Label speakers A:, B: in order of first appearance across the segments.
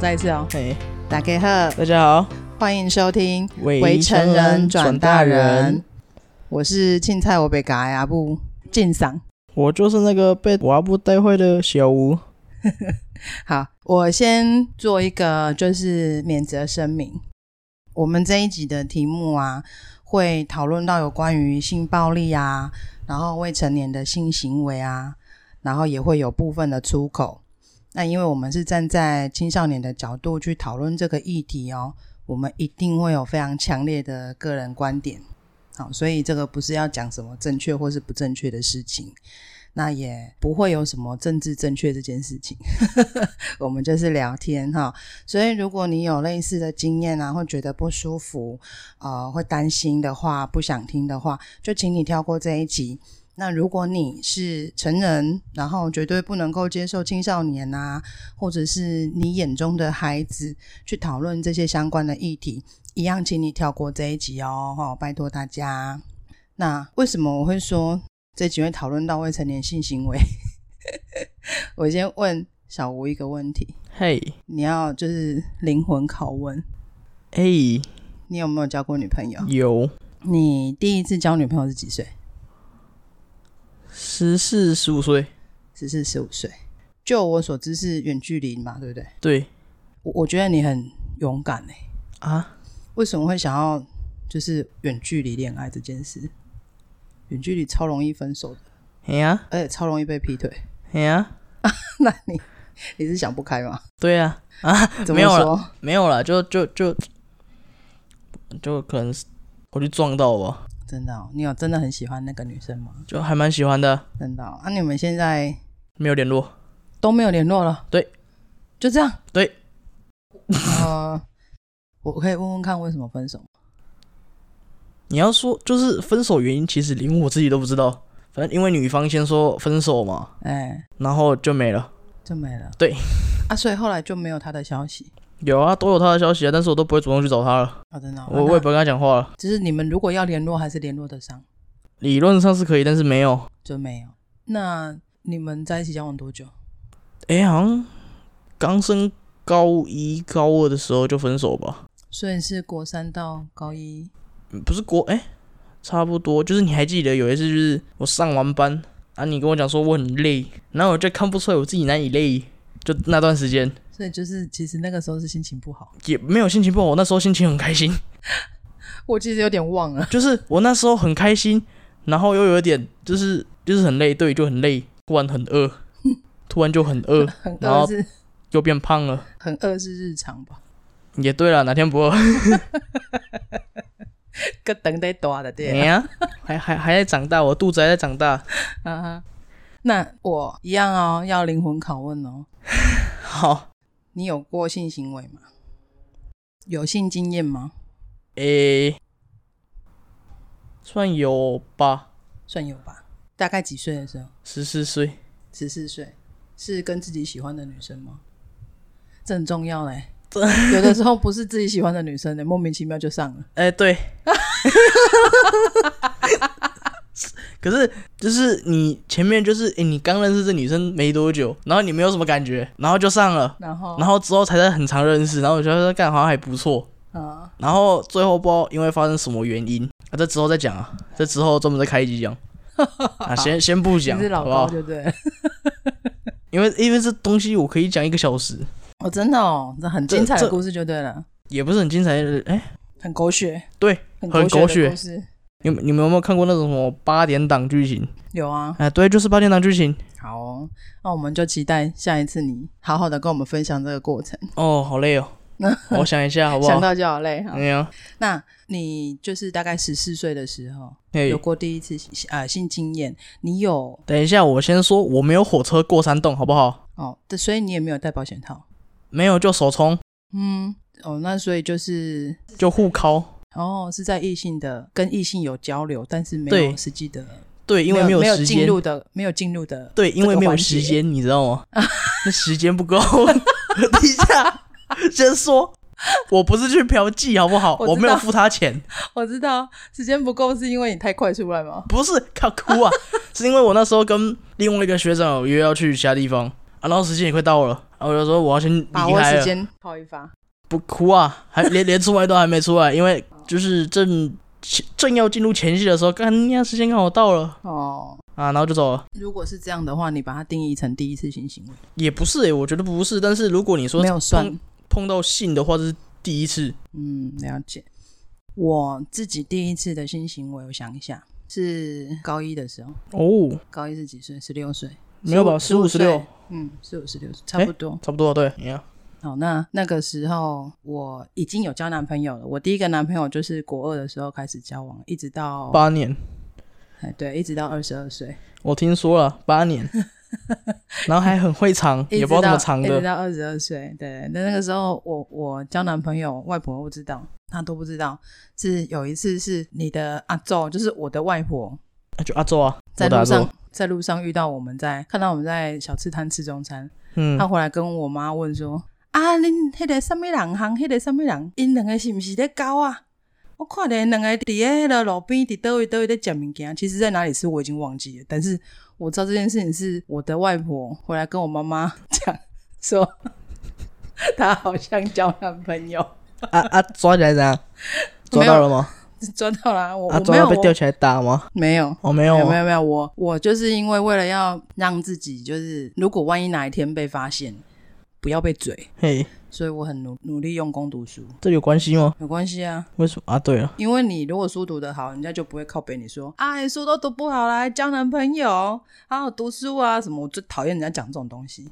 A: 再一次哦，
B: 嘿，
A: 打给贺，
B: 大家好，
A: 欢迎收听《
B: 围
A: 围城人转大
B: 人
A: 人》，我是青菜我被嘎呀不进赏。
B: 我就是那个被娃布带坏的小吴。
A: 好，我先做一个就是免责声明，我们这一集的题目啊，会讨论到有关于性暴力啊，然后未成年的性行为啊，然后也会有部分的出口。那因为我们是站在青少年的角度去讨论这个议题哦，我们一定会有非常强烈的个人观点。好，所以这个不是要讲什么正确或是不正确的事情，那也不会有什么政治正确这件事情。我们就是聊天哈。所以如果你有类似的经验啊，会觉得不舒服，呃，会担心的话，不想听的话，就请你跳过这一集。那如果你是成人，然后绝对不能够接受青少年啊，或者是你眼中的孩子去讨论这些相关的议题，一样，请你跳过这一集哦，哈，拜托大家。那为什么我会说这集会讨论到未成年性行为？ 我先问小吴一个问题，
B: 嘿，
A: 你要就是灵魂拷问，
B: 嘿，
A: 你有没有交过女朋友？
B: 有
A: 你第一次交女朋友是几岁？
B: 十四十五岁，
A: 十四、十五岁。就我所知是远距离嘛，对不对？
B: 对
A: 我我觉得你很勇敢诶、
B: 啊，
A: 为什么会想要就是远距离恋爱这件事？远距离超容易分手的，
B: 嘿呀、
A: 而且超容易被劈腿。
B: 嘿呀、
A: 那你你是想不开吗？
B: 对啊，
A: 怎么
B: 没有啦
A: 说？
B: 没有啦，就就就就可能是我去撞到吧，
A: 真的、哦，你有真的很喜欢那个女生吗？
B: 就还蛮喜欢的，
A: 真的、哦，啊，你们现在
B: 没有联 络。
A: 都没有联络了。
B: 对，
A: 就这样。
B: 对，
A: 呃，我可以问问看为什么分手吗？
B: 你要说就是分手原因，其实连我自己都不知道，反正因为女方先说分手嘛，
A: 哎，
B: 然后就没了。
A: 就没了。
B: 对，
A: 啊，所以后来就没有他的消息。
B: 有啊，都有他的消息啊，但是我都不会主动去找他了，
A: 哦，真的哦、
B: 我我也不会跟他讲话了。
A: 那就是你们如果要联络，还是联络得上，
B: 理论上是可以，但是没有。
A: 就没有。那你们在一起交往多久？
B: 哎，好像刚升高一、高二的时候就分手吧？
A: 所以是国三到高一，
B: 嗯不是国哎，差不多。就是你还记得有一次，就是我上完班啊，你跟我讲说我很累，然后我就看不出来我自己哪里累，就那段时间
A: 所以就是其实那个时候是心情不好。
B: 也没有心情不好。我那时候心情很开心，
A: 我其实有点忘了。
B: 就是我那时候很开心，然后又有一点就是就是很累，对，就很累，突然很饿，突然就很饿，
A: 很
B: 然后
A: 饿是
B: 又变胖了。
A: 很饿是日常吧，
B: 也对了，哪天不饿？
A: 个等得多的
B: 哎
A: 对。
B: 呀，还还还在长大，我肚子还在长大。
A: 啊哈，那我一样哦，要灵魂拷问哦。
B: 好，
A: 你有过性行为吗？有性经验吗？
B: 诶、算有吧，
A: 算有吧。大概几岁的时候？
B: 十四岁。
A: 十四岁，是跟自己喜欢的女生吗？这很重要 嘞。有的时候不是自己喜欢的女生的，莫名其妙就上了。
B: 哎、对。 可是，就是你前面就是，诶、你刚认识这女生没多久，然后你没有什么感觉，然后就上了，
A: 然后
B: 然后之后才在很长认识，然后我觉得干好像还不错，
A: 啊，
B: 然后最后不知道因为发生什么原因，啊，这之后再讲啊，这之后专门再开一集 讲，啊，先先不
A: 你
B: 讲，
A: 是老
B: 好不好
A: 高？对不对？
B: 因为因为这东西我可以讲一个小时，
A: 哦，真的哦，这很精彩
B: 这
A: 的
B: 这
A: 故事就对了，
B: 也不是很精彩的。哎、
A: 很狗血，
B: 对，
A: 很
B: 很
A: 狗
B: 狗
A: 血
B: 血
A: 的故事。
B: 你们你们有没有看过那种什么八点档剧情？
A: 有啊，
B: 哎、对，就是八点档剧情。
A: 好哦、那我们就期待下一次你好好的跟我们分享这个过程，
B: 哦，好累 哦，我想一下好不
A: 想
B: 好？
A: 到就好累哈。
B: 哎呀，
A: 那你就是大概十四岁的时候，
B: 哎
A: 有，过第一次呃性经验，你有
B: 等一下，我先说，我没有火车过山洞，好不好？
A: 哦，对所以你也没有戴保险套，
B: 没有就手冲，
A: 嗯，哦，那所以就是
B: 就互敲。
A: 哦是在异性的跟异性有交流，但是没有
B: 对
A: 实际的，
B: 对，因为
A: 没
B: 有
A: 有
B: 时
A: 进
B: 间。
A: 入的，没有进入的，
B: 对，因为没有时
A: 这个
B: 间，你知道吗？那时间 不够。等一下，先说，我不是去嫖妓，好不好？
A: 我知道
B: 我没有付他钱。
A: 我知道时间不够是因为你太快出来吗？
B: 不是靠哭 啊，是因为我那时候跟另外一个学长有约要去其他地方啊，然后时间也快到了，然后我就说我要先
A: 把
B: 离
A: 握
B: 开
A: 时
B: 了，
A: 间泡一发。
B: 不哭啊，还连连出来都还没出来，因为就是正正要进入前戏的时候，干你时间刚好到了
A: 哦，
B: 啊，然后就走了。
A: 如果是这样的话，你把它定义成第一次性行为，
B: 也不是诶、欸我觉得不是。但是如果你说
A: 没有算
B: 碰。碰到性的话，这是第一次，
A: 嗯，了解。我自己第一次的性行为，我想一下，是高一的时候。
B: 哦，
A: 高一是几岁？十六岁。
B: 没有吧？十五、十
A: 岁
B: 六，。
A: 嗯，十五、十六岁，差不多。
B: 差不多，对，一样。
A: 哦，那那个时候我已经有交男朋友了。我第一个男朋友就是国二的时候开始交往，一直到
B: 八年，
A: 哎对，一直到二十二岁，
B: 我听说了，八年， 然后还很会藏，
A: 一
B: 也
A: 直
B: 不知道怎
A: 到
B: 么藏
A: 一直
B: 的。
A: 到二十二岁。对，那那个时候我我交男朋友，外婆不知道，她都不知道。是有一次是你的阿昼，就是我的外婆，
B: 啊就阿周啊，
A: 在
B: 我的
A: 路
B: 阿周
A: 上，在路上遇到我们在看到我们在小吃摊吃中餐，
B: 嗯
A: 他，回来跟我妈问说：“啊，恁迄个什么人行，迄、个什么人，因两个是毋是咧搞啊？”我看着因两个伫咧迄个路边伫倒位倒位咧食物件，其实在哪里吃我已经忘记了，但是我知道这件事情是我的外婆回来跟我妈妈讲说，她好像交男朋友，
B: 啊啊，抓起来怎样？抓到了吗？
A: 抓到了啊，我、
B: 啊，
A: 我
B: 抓
A: 没有
B: 到被吊
A: 我
B: 起来打吗？
A: 没有，
B: 哦，没有
A: 没有
B: 吗
A: 没有没有，我我就是因为为了要让自己，就是如果万一哪一天被发现，不要被嘴，
B: 嘿，
A: 所以我很努努力用功读书。
B: 这有关系吗？
A: 没关系啊，
B: 为什么啊？对了，
A: 因为你如果书读得好，人家就不会靠背你说，哎，书都读不好啦，还交男朋友，还有读书啊什么。我最讨厌人家讲这种东西，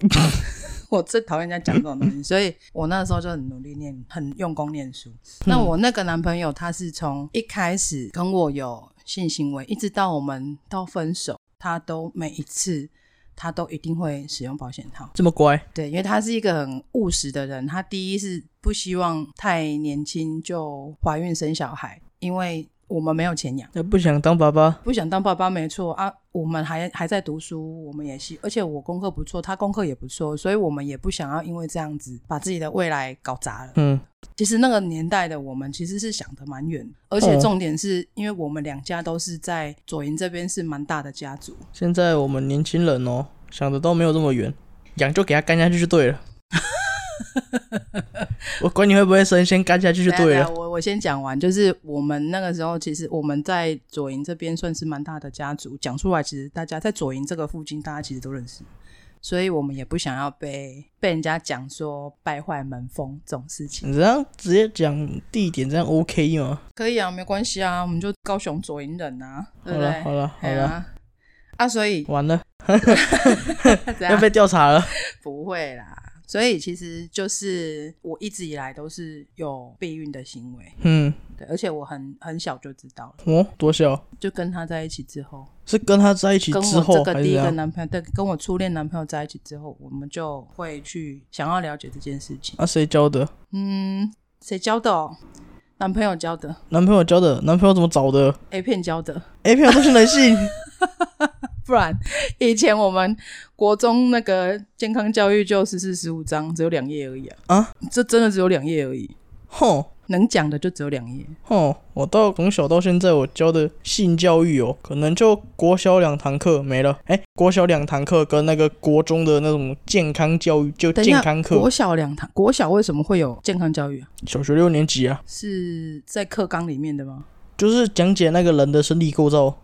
A: 我最讨厌人家讲这种东西，所以我那时候就很努力念，很用功念书。那我那个男朋友他是从一开始跟我有性行为，一直到我们到分手，他都每一次他都一定会使用保险套。
B: 这么乖，
A: 对，因为他是一个很务实的人，他第一是不希望太年轻就怀孕生小孩，因为我们没有钱养。
B: 那不想当爸爸，
A: 不想当爸爸没错啊，我们还还在读书，我们也是，而且我功课不错，他功课也不错，所以我们也不想要因为这样子把自己的未来搞砸了。
B: 嗯，
A: 其实那个年代的我们其实是想的蛮远，而且
B: 哦
A: 重点是因为我们两家都是在左营这边是蛮大的家族，
B: 现在我们年轻人哦，想的都没有这么远，养就给他干下去就对 了。我管你会不会生，先干下去就
A: 等一
B: 对
A: 下等
B: 了。
A: 一下我我先讲完，就是我们那个时候，其实我们在左营这边算是蛮大的家族，讲出来，其实大家在左营这个附近，大家其实都认识，所以我们也不想要被被人家讲说败坏门风这种事情。
B: 你这样直接讲地点，这样 OK 吗？
A: 可以啊，没关系啊，我们就高雄左营人啊，
B: 好
A: 对不
B: 了好
A: 对？
B: 了好
A: 哎
B: 了，
A: 呀，啊，所以
B: 完了
A: 怎
B: 要
A: 样？
B: 被调查了。
A: 不会啦。所以其实就是我一直以来都是有避孕的行为，
B: 嗯，
A: 对，而且我很很小就知道了，
B: 哦，多小？
A: 就跟他在一起之后，
B: 是跟他在一起
A: 跟
B: 之
A: 我
B: 后
A: 这个
B: 还
A: 第
B: 是
A: 一
B: 这
A: 个
B: 样？
A: 男朋友，对，跟我初恋男朋友在一起之后，我们就会去想要了解这件事情。
B: 啊，谁教的？
A: 嗯，谁教的、哦？男朋友教的
B: 男朋友教的？男朋友怎么找的
A: ，A 片教的。
B: ？A 片都是男性，
A: 不然以前我们国中那个健康教育就十四十五章，只有两页而已啊。
B: 啊，
A: 这真的只有两页而已，
B: 哼。
A: 能讲的就只有两页。
B: 哦，我到从小到现在，我教的性教育哦，可能就国小两堂课没了。哎，国小两堂课跟那个国中的那种健康教育，就
A: 等一
B: 健
A: 下
B: 康，课
A: 国，小两堂，国小为什么会有健康教育啊？
B: 小学六年级啊，
A: 是在课纲里面的吗？
B: 就是讲解那个人的身体构造。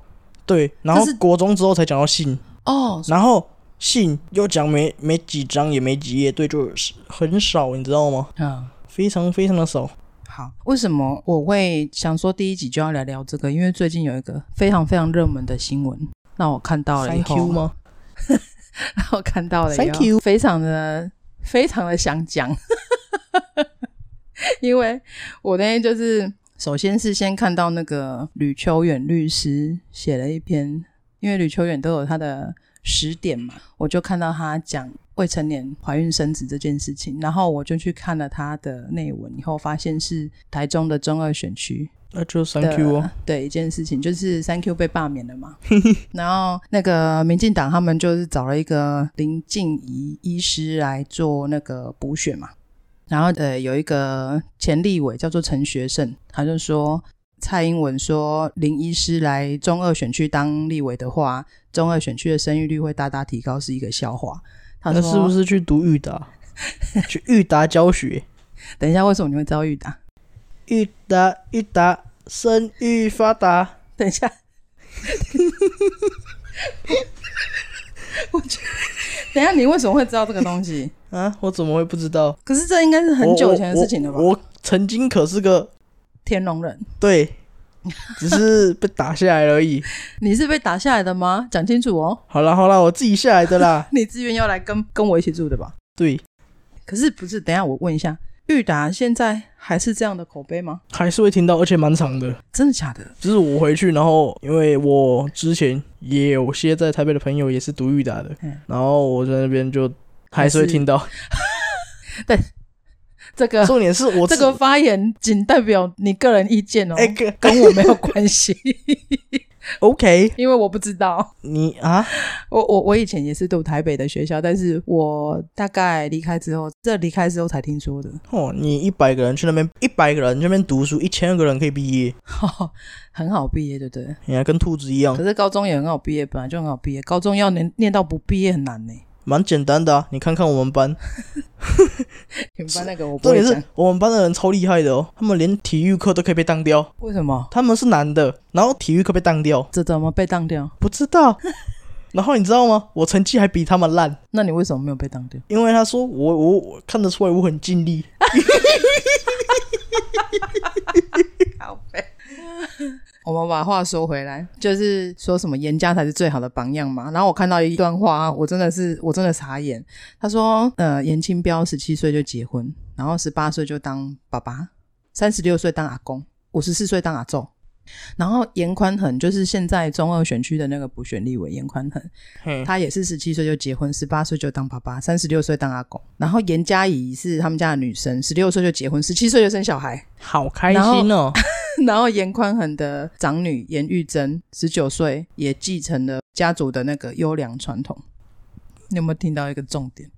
B: 对，然后
A: 这是
B: 国中之后才讲到性，
A: 哦，
B: 然后性又讲没没几章也没几页，对，就是很少，你知道吗？
A: 嗯，
B: 非常非常的少。
A: 好，为什么我会想说第一集就要来聊这个？因为最近有一个非常非常热门的新闻，让我看到哦了以
B: Thank
A: 后，啊
B: you 吗？
A: 让我看到了以后
B: Thank you
A: 非常的非常的想讲， 因为我那天就是首先是先看到那个吕秋远律师写了一篇，因为吕秋远都有他的十点嘛，我就看到他讲。未成年怀孕生子这件事情，然后我就去看了他的内文，以后发现是台中的中二选区，
B: 那就
A: 的
B: Thank you 哦。
A: 对一件事情，就是三 Q 被罢免了嘛， 然后那个民进党他们就是找了一个林静怡医师来做那个补选嘛，然后呃有一个前立委叫做陈学圣，他就说蔡英文说林医师来中二选区当立委的话，中二选区的生育率会大大提高，是一个笑话。他
B: 那
A: 说
B: 是不是去读育达？去裕达教学，
A: 等一下，为什么你会遭遇打？
B: 裕达裕达生育发达，
A: 等一下，我觉得，等一下，你为什么会知道这个东西？
B: 啊，我怎么会不知道？
A: 可是这应该是很久以前的事情了吧？
B: 我我我曾经可是个
A: 天龙人，
B: 对，只是被打下来而已。
A: 你是被打下来的吗？讲清楚哦，。
B: 好啦好啦，我自己下来的啦
A: 你自愿要来跟跟我一起住的吧？
B: 对，
A: 可是不是？等一下我问一下，裕达现在还是这样的口碑吗？
B: 还是会听到，而且蛮长的。
A: 真的假的？
B: 就是我回去，然后因为我之前也有些在台北的朋友也是读裕达的，
A: 嗯
B: 然后我在那边就还是会听到。
A: 这个
B: 重点是我
A: 这个发言仅代表你个人意见哦，
B: 哎哥
A: 跟我没有关系，
B: OK，
A: 因为我不知道。
B: 你啊，
A: 我我我以前也是读台北的学校，但是我大概离开之后，这离开之后才听说的，
B: 哦，你一百个人去那边，一百个人去那边读书，一千个人可以毕业，
A: 很好毕业，对不对？
B: 你还跟兔子一样
A: 可，是高中也很好毕业，本来就很好毕业，高中要能念到不毕业很难呢。
B: 蛮简单的啊。你看看我们班，
A: 你们班那个我不
B: 重
A: 会
B: 点是
A: 讲，
B: 我们班的人超厉害的哦，他们连体育课都可以被当掉，
A: 为什么？
B: 他们是男的，然后体育课被当掉，
A: 这怎么被当掉？
B: 不知 道。然后你知道吗？我成绩还比他们烂，
A: 那你为什么没有被当掉？
B: 因为他说我我我看得出来我很尽力，
A: 我们把话说回来，就是说什么严家才是最好的榜样嘛。然后我看到一段话，我真的是我真的傻眼。他说，呃，严清标十七岁就结婚，然后十八岁就当爸爸，三十六岁当阿公，五十四岁当阿昼。然后严宽恒就是现在中二选区的那个补选立委严宽恒，
B: 嘿，
A: 他也是十七岁就结婚，十八岁就当爸爸，三十六岁当阿公。然后严嘉怡是他们家的女生，十六岁就结婚，十七岁就生小孩。
B: 好开
A: 然后
B: 心哦。
A: 然后严宽恒的长女严玉珍十九岁也继承了家族的那个优良传统。你有没有听到一个重点？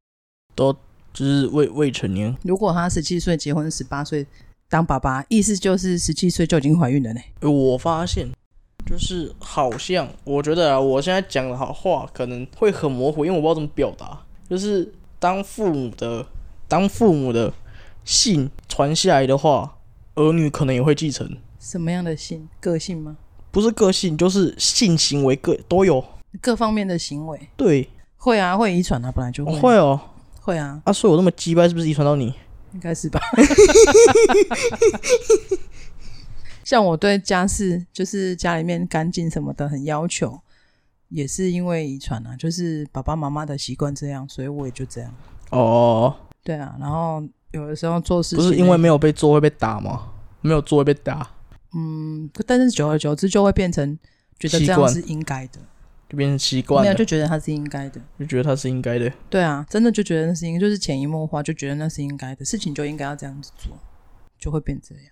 B: 就是未未成年，
A: 如果她十七岁结婚，十八岁当爸爸，意思就是十七岁就已经怀孕了呢。
B: 我发现就是好像我觉得啊，我现在讲的好话可能会很模糊，因为我不知道怎么表达。就是当父母的，当父母的姓传下来的话，儿女可能也会继承，
A: 什么样的性个性吗？
B: 不是个性就是性行为各都有。
A: 各方面的行为
B: 对，
A: 会啊，会遗传啊，本来就会
B: 哦
A: 啊、
B: 会哦。
A: 会啊，
B: 啊，所以我那么鸡掰，是不是遗传到你？
A: 应该是吧。 像我对家事，就是家里面干净什么的很要求，也是因为遗传啊，就是爸爸妈妈的习惯这样，所以我也就这样。
B: 哦，
A: 对啊，然后有的时候做事
B: 不
A: 情
B: 是因为没有被做会被打吗？没有做会被打，
A: 嗯，但是久而久之就会变成觉得这
B: 习
A: 样
B: 惯
A: 是应该的，
B: 就变成习惯
A: 没有
B: 了，
A: 就觉得它是应该的。
B: 就觉得他是应该的。
A: 对啊，真的就觉得那是应，就是潜移默化就觉得那是应该的事情，就应该要这样子做，就会变这样。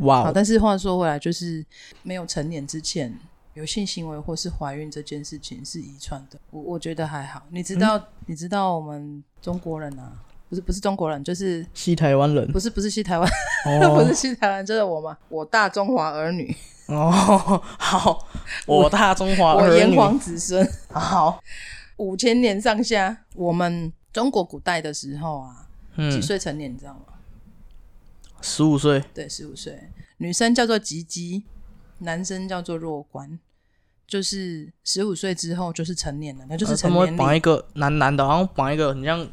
B: 哇、
A: 好，
B: 哦，
A: 但是话说回来，就是没有成年之前有性行为或是怀孕这件事情是遗传的，我我觉得还好。你知
B: 嗯
A: 道，你知道我们中国人啊，不是不是中国人，就是
B: 西台湾人
A: 不是不是西台湾， 不是
B: 哦
A: 西台湾，就是我嘛，我大中华儿女，
B: 哦，好，我大中华
A: 我
B: 儿
A: 炎
B: 女
A: 黄子孙，
B: 好，
A: 五千年上下，我们中国古代的时候啊，几
B: 嗯，
A: 岁成年你知道吗？
B: 十五岁
A: 对，十五岁，女生叫做吉吉，男生叫做弱冠，就是十五岁之后就是成年了，那就是
B: 呃他
A: 成
B: 们会
A: 年
B: 绑
A: 礼，
B: 一个男男的，好像绑一个很像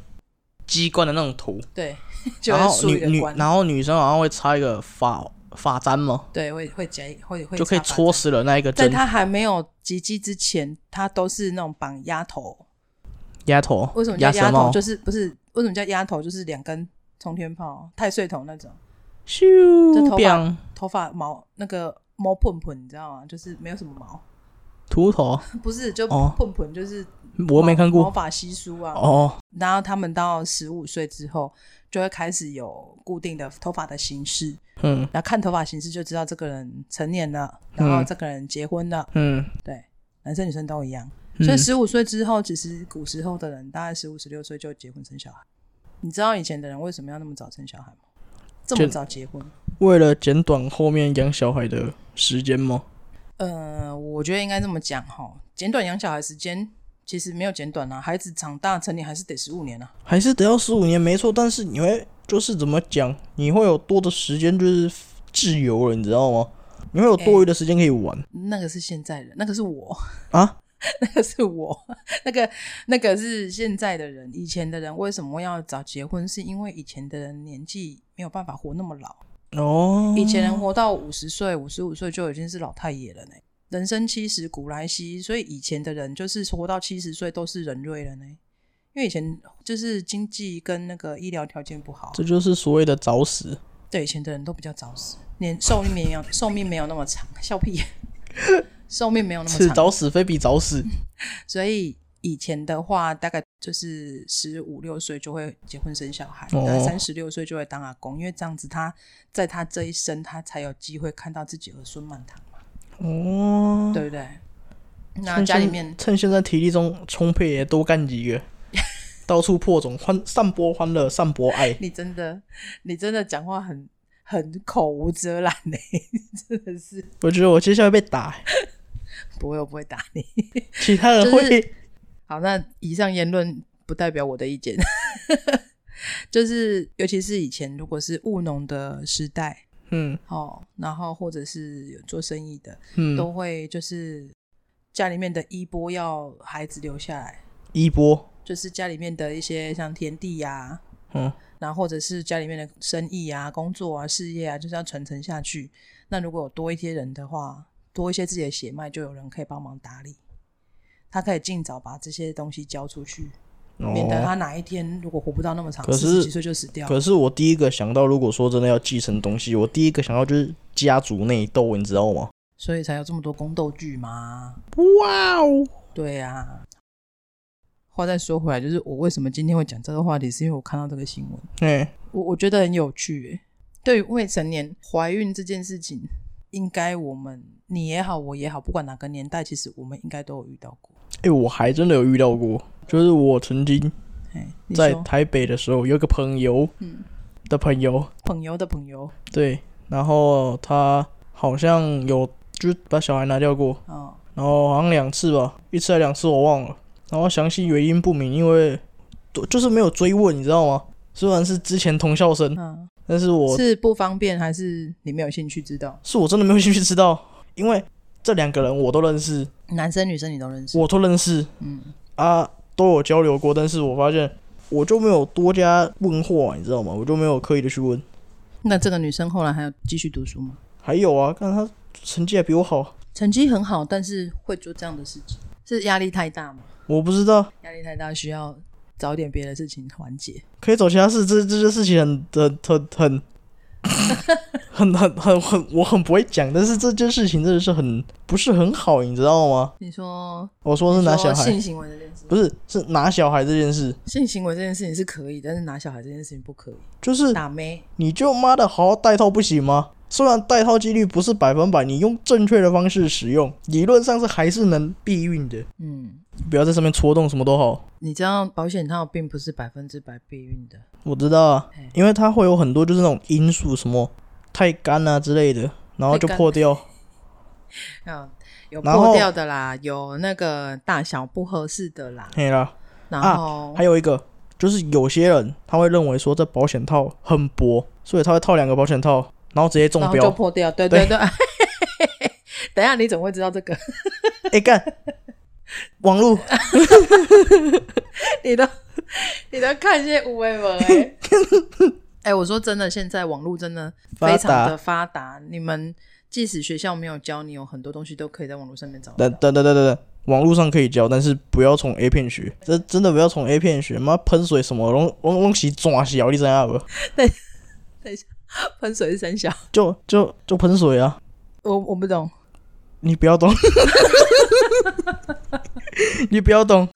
B: 鸡冠的那种图，
A: 对， 就
B: 然
A: 会
B: 后
A: 竖一
B: 女
A: 个
B: 女
A: 冠，
B: 然后女生好像会插一个发发簪嘛，
A: 对，会会夹一会会
B: 就可以
A: 插板
B: 戳死了那一个
A: 在
B: 针
A: 他还没有吉吉之前，他都是那种绑鸭头。
B: 丫头，
A: 为什么叫
B: 鸭舌
A: 鸭头？
B: 帽？
A: 就是不是为什么叫鸭头？就是两根冲天炮、太岁头那种，这
B: 咻，
A: 头发
B: 变
A: 头发毛那个毛蓬蓬，你知道吗？就是没有什么毛，
B: 秃头，
A: 不是就
B: 哦
A: 蓬蓬，就是
B: 我没看
A: 毛
B: 过
A: 发稀疏啊。
B: 哦，
A: 然后他们到十五岁之后，就会开始有固定的头发的形式，
B: 嗯
A: 然后看头发形式就知道这个人成年了，然后这个人结婚了，
B: 嗯，
A: 对，男生女生都一样。
B: 嗯
A: 所以十五岁之后，其实古时候的人大概十五十六岁就结婚生小孩。你知道以前的人为什么要那么早生小孩吗？这么
B: 就
A: 早结婚？
B: 为了减短后面养小孩的时间吗？
A: 呃，我觉得应该这么讲哈，简短养小孩时间其实没有减短啊，孩子长大成年还是得十五年啊。
B: 还是得要十五年没错，但是你会就是怎么讲，你会有多的时间就是自由了，你知道吗？你会有多余的时间可以玩、
A: 那个是现在人，那个是我，
B: 啊？
A: 那个是我，那个那个是现在的人。以前的人为什么要早结婚？是因为以前的人年纪没有办法活那么老。
B: 哦，
A: 以前人活到五十岁、五十五岁就已经是老太爷了呢。人生七十古来稀，所以以前的人就是活到七十岁都是人瑞了呢。因为以前就是经济跟那个医疗条件不好，
B: 这就是所谓的早死。
A: 对以前的人都比较早死，年寿命没有寿命没有那么长，笑屁， 寿命没有那么
B: 此
A: 长，
B: 早死非彼早死，
A: 所以以前的话，大概就是十五六岁就会结婚生小孩，
B: 哦
A: 大概三十六岁就会当阿公，因为这样子他在他这一生他才有机会看到自己儿孙满堂嘛，
B: 哦，
A: 对不对？那
B: 趁
A: 家里
B: 现
A: 面
B: 趁现在体力中充沛，也多干几个，到处播种欢，散播欢乐，散播 爱。
A: 你真的你真的讲话很很口无遮拦呢、 真的是
B: 我觉得我接下来被打，
A: 不会我不会打你。
B: 其他人
A: 就是
B: 会。
A: 好，那以上言论不代表我的意见， 就是尤其是以前如果是务农的时代。
B: 嗯
A: 哦，然后或者是有做生意的，
B: 嗯，
A: 都会就是家里面的衣钵要孩子留下来，
B: 一波，
A: 就是家里面的一些像田地呀、
B: 嗯，
A: 然后或者是家里面的生意啊、工作啊、事业啊，就是要传承下去。那如果有多一些人的话，多一些自己的血脉，就有人可以帮忙打理，他可以尽早把这些东西交出去，免得啊
B: 哦。
A: 他哪一天如果活不到那么长，
B: 可
A: 四十
B: 是
A: 几岁就死掉。
B: 可是我第一个想到，如果说真的要继承东西，我第一个想到就是家族内斗，你知道吗？
A: 所以才有这么多宫斗剧嘛。
B: 哇哦，
A: 对呀、话再说回来，就是我为什么今天会讲这个话题，是因为我看到这个新闻，
B: 哎，
A: 我我觉得很有趣耶。对于未成年怀孕这件事情，应该我们你也好，我也好，不管哪个年代，其实我们应该都有遇到过。
B: 哎，我还真的有遇到过，就是我曾经
A: 哎，你
B: 在
A: 说
B: 台北的时候，有个朋友
A: 嗯
B: 的朋友，
A: 朋友的朋友
B: 对，然后他好像有就是把小孩拿掉过，
A: 哦，
B: 然后好像两次吧，一次还两次我忘了，然后详细原因不明，因为就就是没有追问，你知道吗？虽然是之前同校生，
A: 嗯，
B: 但是我
A: 是不方便还是你没有兴趣知道？
B: 是我真的没有兴趣知道，因为这两个人我都认识，
A: 男生女生你都认识？
B: 我都认识
A: 嗯，
B: 啊，都有交流过，但是我发现我就没有多加问话，你知道吗？我就没有刻意的去问。
A: 那这个女生后来还要继续读书吗？
B: 还有啊，看他成绩还比我好，
A: 成绩很好，但是会做这样的事情，是压力太大吗？
B: 我不知道，
A: 压力太大，需要找点别的事情缓解。
B: 可以找其他事，这这件事情很很很 很很很很很我很不会讲，但是这件事情真的是很不是很好，你知道吗？
A: 你说
B: 我说是拿小
A: 说
B: 孩，
A: 性行为这件事，
B: 不是是拿小孩这件事，
A: 性行为这件事情是可以，但是拿小孩这件事情不可以。
B: 就是
A: 打妹，
B: 你就妈的好好带套不行吗？虽然带套几率不是百分百，你用正确的方式使用，理论上是还是能避孕的。
A: 嗯，
B: 不要在上面戳洞，什么都好。
A: 你知道保险套并不是百分之百避孕的，
B: 我知道啊
A: 哎，
B: 因为它会有很多就是那种因素，什么太干啊之类的，然后就
A: 太干
B: 破掉。
A: 啊，有
B: 然后
A: 破掉的啦，有那个大小不合适的啦，
B: 嘿啦，
A: 然
B: 啊
A: 后、
B: 还有一个就是有些人他会认为说这保险套很薄，所以他会套两个保险套，然后直接中
A: 然后就
B: 标。
A: 破掉，对
B: 对
A: 对对。 等一下，你怎么会知道这个？
B: 哎干、 网络
A: 你都 你都看一些无为文哎。 哎，我说真的，现在网络真的非常的发达，你们即使学校没有教你，有很多东西都可以在网络上面找得
B: 等
A: 到。
B: 等等等等，网络上可以教，但是不要从 A 片学，这真的不要从 A 片学。妈喷水什么拢拢拢洗抓小，你知道不？
A: 喷水是三小，
B: 就就就喷水啊！
A: 我我不懂，
B: 你不要懂， 你不要懂，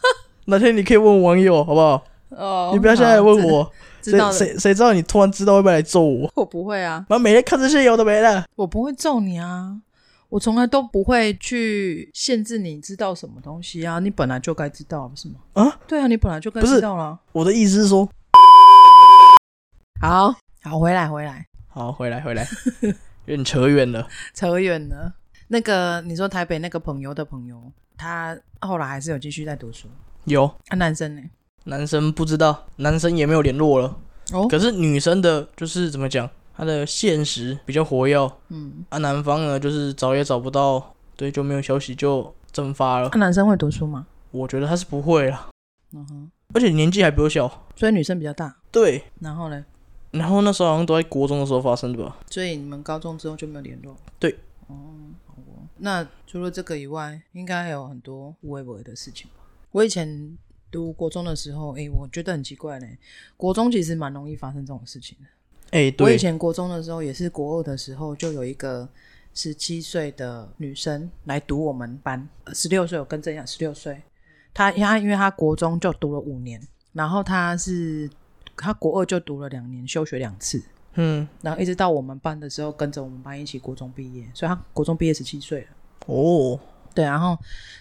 B: 哪天你可以问网友好不好？
A: 哦，
B: 你不要现在问
A: 好，
B: 我，
A: 知知
B: 谁
A: 道了，
B: 谁谁知道你突然知道会不会来揍我？
A: 我不会啊，
B: 妈每天看这些有的没的。
A: 我不会揍你啊。我从来都不会去限制你知道什么东西啊，你本来就该知道，不是吗？
B: 啊，
A: 对啊，你本来就该
B: 不是
A: 知道了。
B: 我的意思是说，
A: 好好，回来回来，
B: 好，回来回 来，有点扯远了。
A: 扯远了。那个你说台北那个朋友的朋友，他后来还是有继续在读书，
B: 有
A: 啊，男生呢？
B: 男生不知道，男生也没有联络了。
A: 哦，
B: 可是女生的，就是怎么讲，她的现实比较活跃
A: 嗯，
B: 啊，男方呢就是找也找不到，对，就没有消息就蒸发了
A: 啊，。男生会读书吗？
B: 我觉得他是不会啦，
A: 嗯哼，
B: 而且年纪还比我小。
A: 所以女生比较大。
B: 对，
A: 然后呢？
B: 然后那时候好像都在国中的时候发生的吧？
A: 所以你们高中之后就没有联络？
B: 对。
A: 哦，好哦那除了这个以外，应该还有很多无微不微的事情吧？我以前读国中的时候，诶、我觉得很奇怪呢。国中其实蛮容易发生这种事情的。
B: 哎、
A: 我以
B: 对，
A: 前国中的时候，也是国二的时候，就有一个十七岁的女生来读我们班，十六岁，我跟正讲十六岁，她她因为她国中就读了五年，然后她是她国二就读了两年，休学两次，
B: 嗯，
A: 然后一直到我们班的时候，跟着我们班一起国中毕业，所以她国中毕业十七岁了。
B: 哦，
A: 对，然后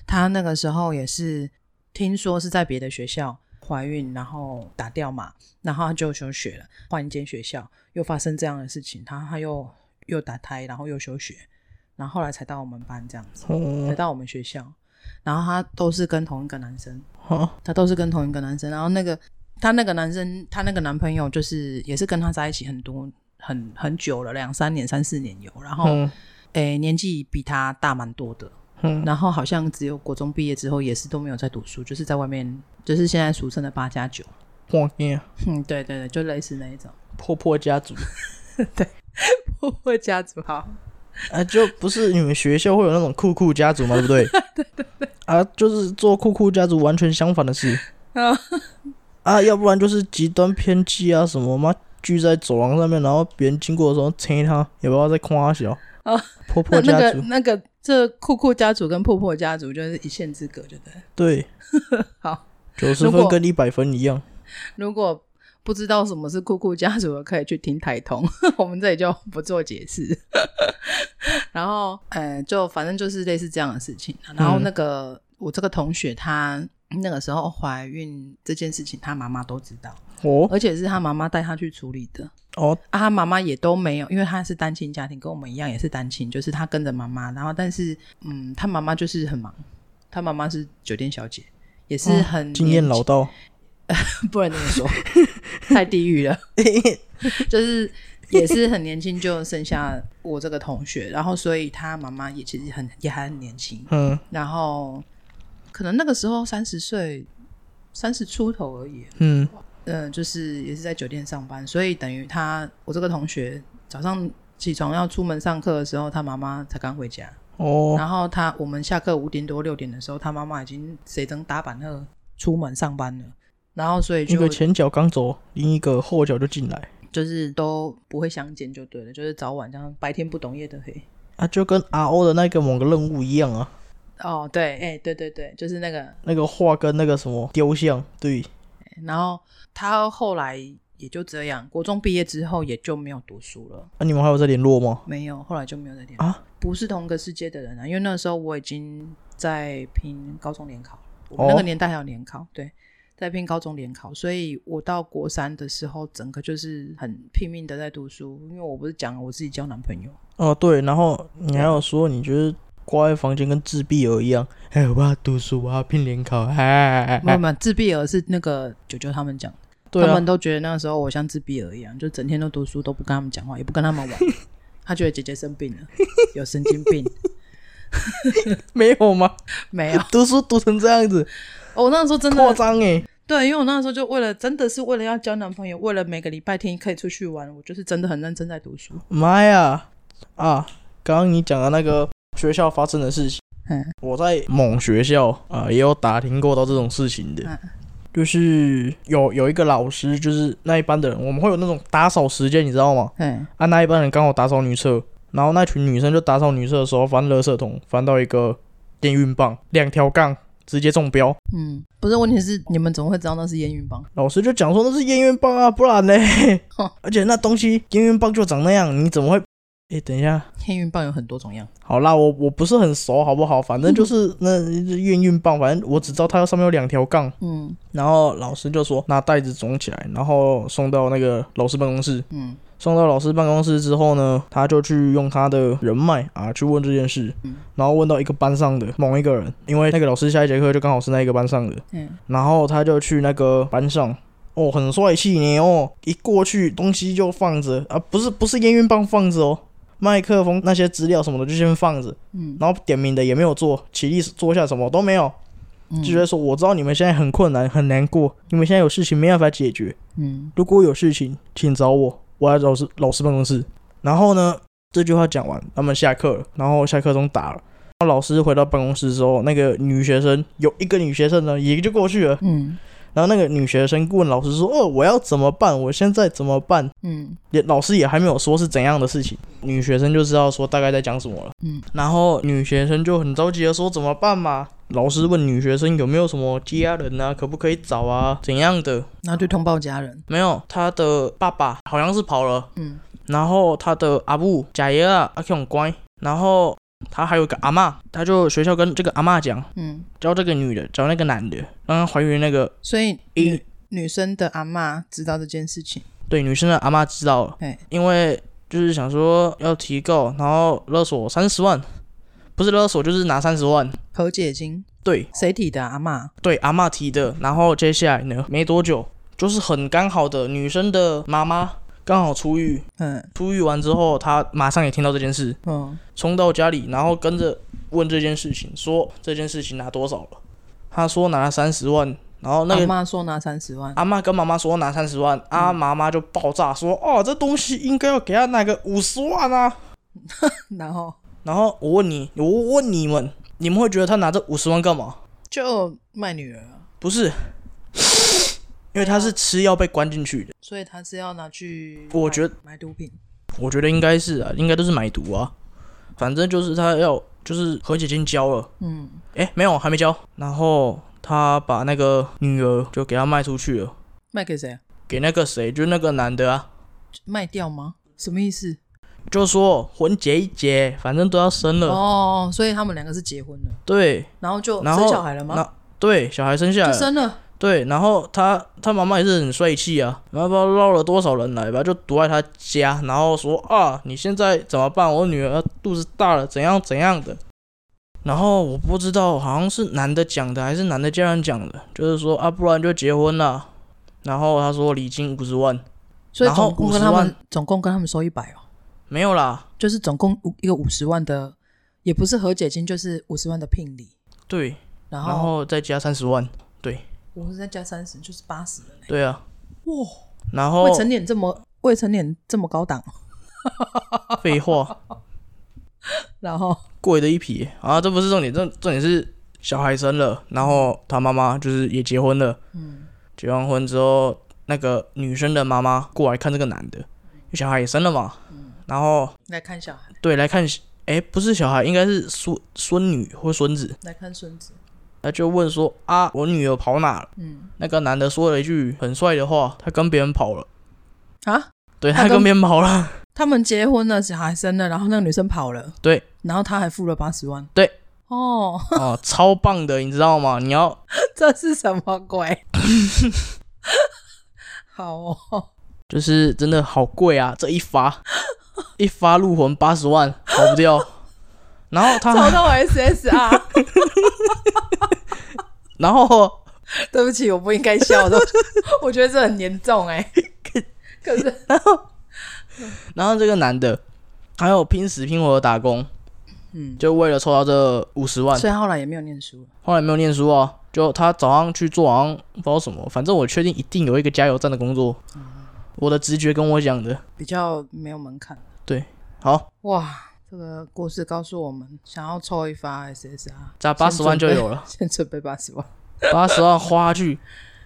A: 她那个时候也是听说是在别的学校怀孕，然后打掉嘛，然后她就休学了，换一间学校，又发生这样的事情，她她又又打胎，然后又休学，然后后来才到我们班这样子，才
B: 哦，
A: 到我们学校，然后她都是跟同一个男生，
B: 好，
A: 她都是跟同一个男生，然后那个她那个男生，她那个男朋友就是也是跟她在一起很多很很久了，两三年、三四年有，然后
B: 嗯
A: 诶、年纪比她大蛮多的。
B: 嗯，
A: 然后好像只有国中毕业之后也是都没有在读书，就是在外面，就是现在俗称的八加九。
B: 哇耶，
A: 嗯，对对对，就类似那一种
B: 破破家族
A: 破 破家族。好，
B: 啊，就不是你们学校会有那种酷酷家族吗？对不 对？对对对。啊，就是做酷酷家族完全相反的事
A: 啊。
B: 啊，要不然就是极端偏激啊，什么嘛，聚在走廊上面，然后别人经过的时候亲他，也不知道在夸他小。
A: 哦，
B: 婆婆
A: 那那
B: 家
A: 个
B: 族，
A: 那个这酷酷家族跟破破家族就是一线之隔，对不对？
B: 对，
A: 好，
B: 九十
A: 如
B: 分
A: 果
B: 跟一百分一样。
A: 如果不知道什么是酷酷家族的，可以去听台通， 我们这里就不做解释。 然后，呃，就反正就是类似这样的事情啊。然后
B: 嗯
A: 那个、我这个同学她那个时候怀孕这件事情，她妈妈都知道。
B: 哦
A: 而且是他妈妈带他去处理的。
B: 哦，
A: 啊，他妈妈也都没有，因为他是单亲家庭，跟我们一样也是单亲，就是他跟着妈妈，然后但是嗯，他妈妈就是很忙，他妈妈是酒店小姐，也是
B: 哦
A: 很
B: 经验
A: 年
B: 老道。
A: 轻，不能这么说， 太地狱了，就是也是很年轻就生下我这个同学，然后所以他妈妈也其实很也还很年轻，
B: 嗯，
A: 然后可能那个时候三十岁，三十出头而已，
B: 嗯，
A: 呃，就是也是在酒店上班，所以等于他我这个同学早上起床要出门上课的时候，他妈妈才刚回家，
B: 哦，
A: 然后他我们下课五点多六点的时候，他妈妈已经谁登打板了出门上班了，然后所以
B: 一
A: 就
B: 个前脚刚走，另一个后脚就进来
A: 就是都不会相见就对了，就是早晚这样，白天不懂夜的黑。
B: 啊，就跟 RO 的那个某个任务一样啊，
A: 哦，对，哎、对对对，就是那个，
B: 那个画跟那个什么雕像，对，
A: 然后他后来也就这样，国中毕业之后也就没有读书了。
B: 啊，你们还有在联络吗？
A: 没有，后来就没有再联络
B: 啊，
A: 不是同个世界的人啊，因为那时候我已经在拼高中联考，我
B: 哦
A: 们那个年代还有联考，对，在拼高中联考，所以我到国三的时候，整个就是很拼命的在读书，因为我不是讲了我自己交男朋友，
B: 哦，对，然后你还有说你觉得挂在房间跟自闭儿一样， 哎，我要读书，我要拼联考，哎哎哎
A: 没有
B: 哎，
A: 没有，自闭儿是那个九九他们讲的，
B: 对
A: 他
B: 啊
A: 们，都觉得那个时候我像自闭儿一样，就整天都读书，都不跟他们讲话，也不跟他们 玩，他觉得姐姐生病了，有神经 病，
B: 没有吗？
A: 没有，哦
B: 读书读成这样子，
A: 我、那时候真的
B: 扩张哎，
A: 对，因为我那时候就为了，真的是为了要交男朋友，为了每个礼拜天可以出去玩，我就是真的很认真在读书。
B: 妈呀，啊，刚刚你讲的那个学校发生的事情。
A: 嗯，
B: 我在某学校啊、呃也有打听过到这种事情的，
A: 嗯
B: 就是有有一个老师，就是那一班的人，我们会有那种打扫时间，你知道吗？
A: 哎，
B: 啊，那一班人刚好打扫女厕，然后那群女生就打扫女厕的时候翻垃圾桶，翻到一个电熨棒，两条杠直接中标，
A: 嗯，不是，问题是你们怎么会知道那是烟云帮？
B: 老师就讲说那是烟熨棒啊，不然呢
A: 哼？
B: 而且那东西烟熨棒就长那样，你怎么会？哎、等一下，
A: 烟云棒有很多种样，
B: 好啦，我我不是很熟，好不好？反正就是那烟熨棒，反正我只知道它上面有两条杠。
A: 嗯
B: 然后老师就说拿袋子装起来，然后送到那个老师办公室。
A: 嗯，
B: 送到老师办公室之后呢，他就去用他的人脉啊去问这件事，然后问到一个班上的某一个人，因为那个老师下一节课就刚好是那一个班上的，
A: 嗯，
B: 然后他就去那个班上，哦，很帅气呢哦，一过去东西就放着啊，不是不是烟云棒放着哦，麦克风那些资料什么的就先放着，
A: 嗯，
B: 然后点名的也没有做，起立坐下什么都没有，
A: 嗯
B: 就觉得说我知道你们现在很困难很难过，你们现在有事情没办法解决，
A: 嗯
B: 如果有事情请找我，我在老师老师办公室。然后呢，这句话讲完，他们下课了，然后下课钟打了。然后老师回到办公室之后，那个女学生有一个女学生呢，也就过去了。
A: 嗯
B: 然后那个女学生问老师说：“哦，我要怎么办？我现在怎么办
A: 嗯？”
B: 也老师也还没有说是怎样的事情，女学生就知道说大概在讲什么了。
A: 嗯，
B: 然后女学生就很着急的说：“怎么办嘛？”老师问女学生有没有什么家人啊，可不可以找啊，怎样的？
A: 然后就通报家人，
B: 没有，他的爸爸好像是跑了，
A: 嗯
B: 然后他的阿布贾爷啊，阿 Q 很乖，然后他还有个阿嬷，他就学校跟这个阿嬷讲，
A: 嗯，教
B: 教这个女的，教那个男的，让她怀孕那个
A: 所以
B: 一、
A: 女女生的阿嬷知道这件事情，
B: 对女生的阿嬷知道了
A: 哎，
B: 因为就是想说要提告，然后勒索三十万，不是勒索就是拿三十万，
A: 和解金
B: 对
A: 谁提的啊、阿嬷？
B: 对，阿嬷提的，然后接下来呢，没多久就是很刚好的女生的妈妈刚好出狱，
A: 嗯
B: 出狱完之后，她马上也听到这件事。
A: 哦
B: 冲到家里，然后跟着问这件事情，说这件事情拿多少了。他说拿了三十万，然后那
A: 阿
B: 个
A: 嬷说拿三十万，
B: 阿妈跟妈妈说拿三十万，阿妈妈就爆炸说哦，这东西应该要给他拿个五十万啊。
A: 然后
B: 然后我问你，我问你们，你们会觉得他拿这五十万干嘛？
A: 就卖女儿啊，
B: 不是，因为他是吃药被关进去的，
A: 所以他是要拿去买，
B: 我觉得
A: 买毒品，
B: 我觉得应该是啊，应该都是买毒啊，反正就是他要就是和解金交了。
A: 嗯，
B: 哎、没有，还没交。然后他把那个女儿就给他卖出去了，
A: 卖给谁啊？
B: 给那个谁，就是那个男的啊，
A: 卖掉吗？什么意思？
B: 就说婚结一结，反正都要生了。
A: 哦，所以他们两个是结婚了，
B: 对，
A: 然后就
B: 然后
A: 生小孩了吗？
B: 那对，小孩生下
A: 就
B: 来了。
A: 生了，
B: 对，然后他他妈妈也是很帅气啊，然后不知道捞了多少人来吧，就堵在他家，然后说啊，你现在怎么办？我女儿肚子大了，怎样怎样的。然后我不知道，好像是男的讲的还是男的家人讲的，就是说啊，不然就结婚了。然后他说礼金五十万，
A: 所以
B: 然后
A: 总共跟他
B: 50
A: 们
B: 万
A: 总共跟他们收一百哦，
B: 没有啦，
A: 就是总共五一个五十万的，也不是和解金，就是五十万的聘礼，
B: 对，然
A: 然后
B: 后再加三十万，
A: 我们再加三十，就是八十了呢。
B: 对啊，
A: 哇，
B: 然后
A: 未成年这么未成年这么高档，
B: 废话，
A: 然后
B: 贵的一匹啊，这不是重点，重重点是小孩生了，然后他妈妈就是也结婚了，
A: 嗯
B: 结完婚之后，那个女生的妈妈过来看这个男的，因为小孩也生了嘛，然后
A: 来看小孩，
B: 对来看，哎，不是小孩，应该是孙孙女或孙子，
A: 来看孙子，
B: 他就问说啊，我女儿跑哪了？
A: 嗯
B: 那个男的说了一句很帅的话，他跟别人跑了，
A: 啊，
B: 对他
A: 他跟
B: 跟别人跑了，
A: 他们结婚了，小孩生了，然后那个女生跑了，
B: 对，
A: 然后他还付了八十万，
B: 对，
A: 哦，
B: 哦，超棒的，你知道吗？你要
A: 这是什么鬼？ 好哦，
B: 就是真的好贵啊！这一发， 一发入魂八十万，跑不掉。 然后
A: 找
B: 他，
A: 到我 SSR，
B: 然后
A: 对不起，我不应该笑的， 我觉得这很严重哎、 可是，
B: 然后这个男的，还有拼死拼活的打工，
A: 嗯，
B: 就为了凑到这五十万。
A: 所以后来也没有念书了。
B: 后来没有念书啊，就他早上去做，好像不知道什么，反正我确定一定有一个加油站的工作。我的直觉跟我讲的。
A: 比较没有门槛。
B: 好，
A: 哇，这个故事告诉我们，想要抽一发 SSR，
B: 加八十万就有了，
A: 先准备八十万，
B: 八十万花下去，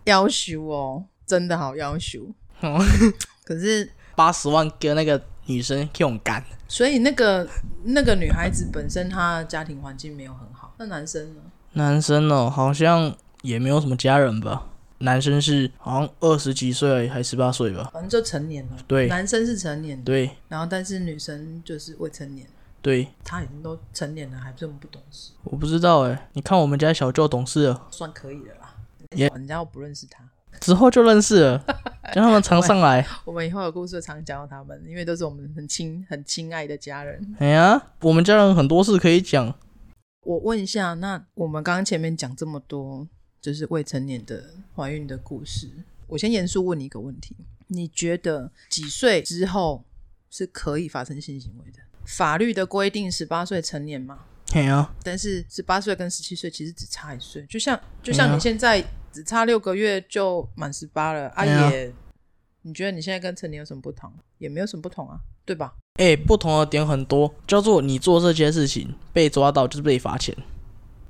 A: 要求哦，真的好要求。
B: 嗯
A: 可是，
B: 八十万跟那个女生用干。
A: 所以那个那个女孩子本身她的家庭环境没有很好，那男生呢？
B: 男生哦，好像也没有什么家人吧。男生是好像二十几岁还十八岁吧？
A: 反正就成年了，
B: 对
A: 男生是成年的，
B: 对
A: 然后但是女生就是未成年，
B: 对，
A: 她已经都成年了，还这么不懂事，
B: 欸我不知道哎。你看我们家小舅懂事了，
A: 算可以了啦。
B: 也
A: 人家又不认识她，
B: 之后就认识 了，让他们常上来。
A: 我们以后有故事常讲到他们，因为都是我们很亲很亲爱的家人。
B: 哎呀，我们家人很多事可以讲，
A: 我问一下，那我们刚刚前面讲这么多，就是未成年的怀孕的故事，我先严肃问你一个问题：你觉得几岁之后是可以发生性行为的？法律的规定十八岁成年嘛，
B: 哎呀，
A: 但是十八岁跟十七岁其实只差一岁，就像就
B: 对
A: 像
B: 啊
A: 你现在只差六个月就满十八了，阿、
B: 对啊
A: 也，你觉得你现在跟成年有什么不同？也没有什么不同啊，对吧？
B: 哎、不同的点很多，叫做你做这些事情被抓到就是被罚钱，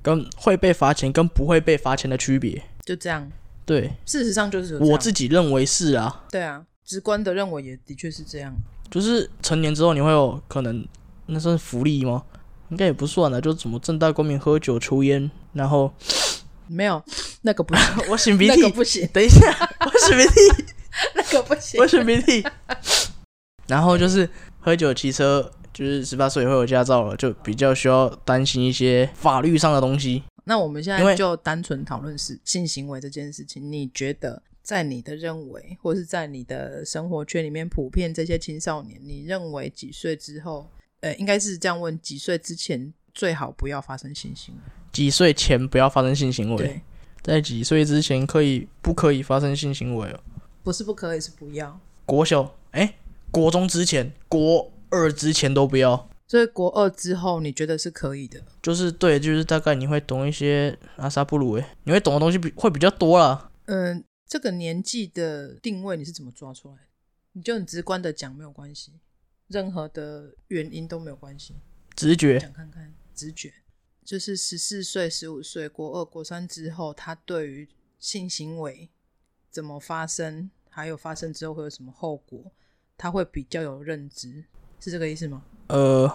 B: 跟会被罚钱跟不会被罚钱的区别。
A: 就这样，
B: 对
A: 事实上就是有这样
B: 我自己认为是啊，
A: 对啊，直观的认为也的确是这样。
B: 就是成年之后你会有可能，那算是福利吗？应该也不算了，啊就是怎么正大光明喝酒抽烟，然 后
A: 没 有，那个不行，
B: 我擤鼻
A: 那
B: 涕，
A: 个不行，
B: 等一下，我擤鼻涕，
A: 那个不行
B: 我。擤鼻涕。然后就是喝酒、骑车，就是十八岁以后有驾照了，就比较需要担心一些法律上的东西。
A: 那我们现
B: 因
A: 在
B: 为
A: 就单纯讨论是性行为这件事情，你觉得在你的认为，或是在你的生活圈里面，普遍这些青少年，你认为几岁之后，呃，应该是这样问：几岁之前最好不要发生性行为？
B: 几岁前不要发生性行为，
A: 对，
B: 在几岁之前可以不可以发生性行为哦？
A: 不是不可以，是不要。
B: 国小哎、国中之前，国二之前都不要。
A: 所以国二之后，你觉得是可以的？
B: 就是对，就是大概你会懂一些阿萨布鲁诶，你会懂的东西比会比较多啦。
A: 嗯、这个年纪的定位你是怎么抓出来的？你就很直观的讲没有关系，任何的原因都没有关系。
B: 直觉，
A: 想看看直觉，就是十四岁、十五岁、国二、国三之后，他对于性行为怎么发生，还有发生之后会有什么后果，他会比较有认知，是这个意思吗？
B: 呃，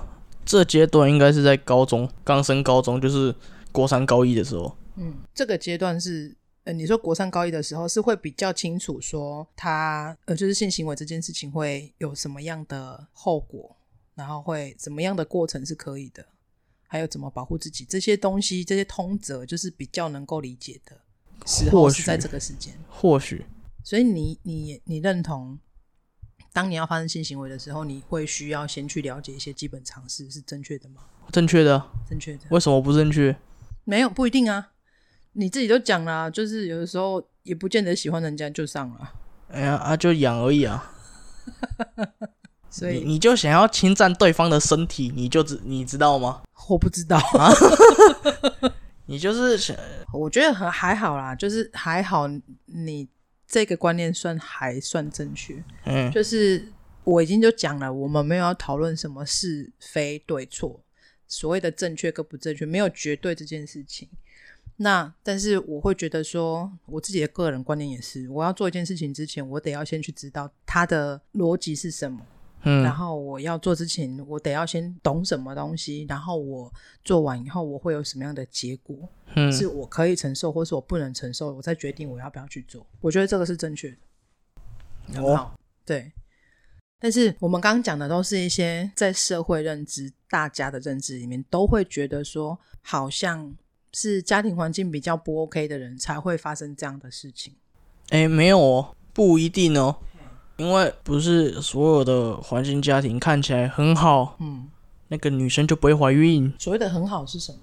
B: 这阶段应该是在高中，刚升高中，就是国三高一的时候。
A: 嗯，这个阶段是，呃，你说国三高一的时候是会比较清楚说他，呃，就是性行为这件事情会有什么样的后果，然后会怎么样的过程是可以的，还有怎么保护自己这些东西，这些通则就是比较能够理解的时候
B: 或
A: 是在
B: 许
A: 这个时间，
B: 或许
A: 所以你你你认同。当你要发生性行为的时候，你会需要先去了解一些基本常识是正确的吗？
B: 正确的啊，
A: 正确的。
B: 为什么不正确？
A: 没有，不一定啊。你自己都讲啦，就是有的时候也不见得喜欢人家就上了，
B: 哎呀啊，就养而已啊。
A: 所
B: 你
A: 以
B: 你就想要侵占对方的身体，你就知你知道吗？
A: 我不知道。啊
B: 你就是想
A: 我觉得很还好啦，就是还好你这个观念算还算正确。
B: 嗯
A: 就是我已经就讲了，我们没有要讨论什么是非对错，所谓的正确跟不正确，没有绝对这件事情。那但是我会觉得说，我自己的个人观念也是，我要做一件事情之前，我得要先去知道它的逻辑是什么。然
B: 嗯，
A: 后我要做之前，我得要先懂什么东西，然后我做完以后，我会有什么样的结果，
B: 嗯
A: 是我可以承受，或是我不能承受，我再决定我要不要去做。我觉得这个是正确的，很
B: 哦
A: 好。对，但是我们刚刚讲的都是一些在社会认知、大家的认知里面都会觉得说，好像是家庭环境比较不 OK 的人才会发生这样的事情。
B: 哎、没有哦，不一定哦，因为不是所有的环境家庭看起来很好，
A: 嗯，
B: 那个女生就不会怀孕。
A: 所谓的很好是什么？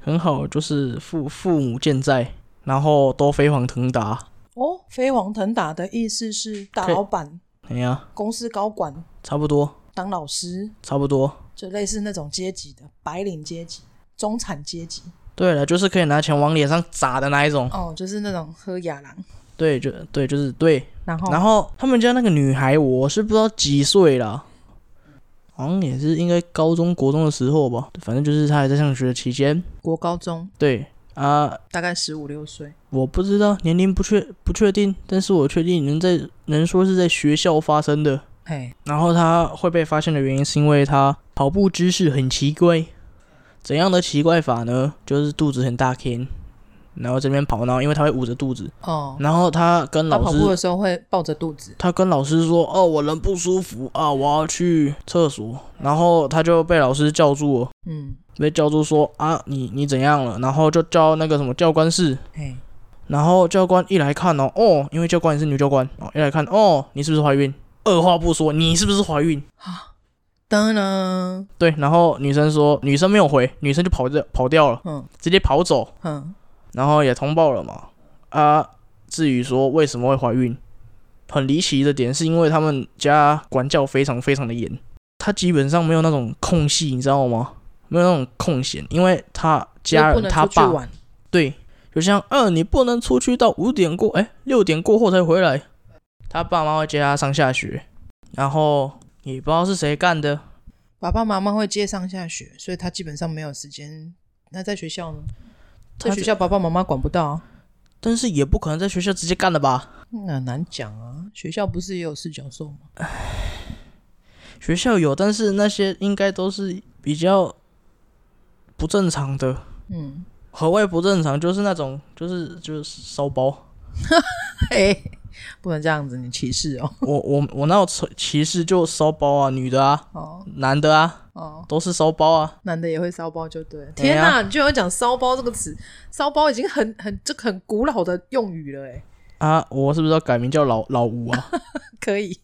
B: 很好，就是父父母健在，然后都飞黄腾达。
A: 哦，飞黄腾达的意思是大
B: 可以
A: 老板、
B: 哎呀，
A: 公司高管、
B: 差不多，
A: 当老师，
B: 差不多。
A: 就类似那种阶级的白领阶级、中产阶级，
B: 对了，就是可以拿钱往脸上砸的那一种。
A: 哦，就是那种喝雅郎，
B: 对，就对，就是对。
A: 然后
B: 然后他们家那个女孩，我是不知道几岁啦，好像也是应该高中国中的时候吧，反正就是她还在上学的期间。
A: 国高中
B: 对啊、
A: 大概十五六岁，
B: 我不知道年龄不确不确定，但是我确定能在能说是在学校发生的。
A: 嘿，
B: 然后他会被发现的原因是因为他跑步姿势很奇怪。怎样的奇怪法呢？就是肚子很大 K，然后这边跑，然后因为他会捂着肚子，
A: 哦，
B: 然后他跟
A: 他
B: 老
A: 跑
B: 师
A: 步的时候会抱着肚子，
B: 他跟老师说：“哦，我人不舒服啊，我要去厕所。”然后他就被老师叫住了，
A: 嗯，
B: 被叫住说：“啊，你你怎样了？”然后就叫那个什么教官室，
A: 嘿，
B: 然后教官一来看哦，哦，因为教官也是女教官哦，一来看哦，你是不是怀孕？二话不说，你是不是怀孕？
A: 啊当然，
B: 对，然后女生说，女生没有回，女生就跑掉跑掉了，
A: 嗯
B: 直接跑走，
A: 嗯，
B: 然后也通报了嘛。啊，至于说为什么会怀孕，很离奇的点是因为他们家管教非常非常的严，他基本上没有那种空隙，你知道吗？没有那种空闲，因为他家
A: 就不
B: 人
A: 能
B: 他
A: 出去
B: 爸
A: 玩，
B: 对，就像嗯、你不能出去到五点过，哎，六点过后才回来。他爸妈会接他上下学，然后也不知道是谁干的，
A: 爸爸妈妈会接上下学，所以他基本上没有时间。那在学校呢？
B: 他
A: 在学
B: 这
A: 校爸爸妈妈管不到、啊，
B: 但是也不可能在学校直接干的吧？
A: 那、很难讲啊。学校不是也有四角兽吗？
B: 学校有，但是那些应该都是比较不正常的。
A: 嗯，
B: 何谓不正常？就是那种，就是就是骚包。
A: 嘿，不能这样子，你歧视哦。
B: 我我我那种歧视就骚包啊，女的啊，
A: 哦
B: 男的啊，
A: 哦，
B: 都是骚包啊。
A: 男的也会骚包就对了。
B: 对啊
A: 天哪、你居然会讲骚包这个词，骚包已经很很这个很古老的用语了，哎，
B: 啊，我是不是要改名叫老老吴啊？
A: 可以。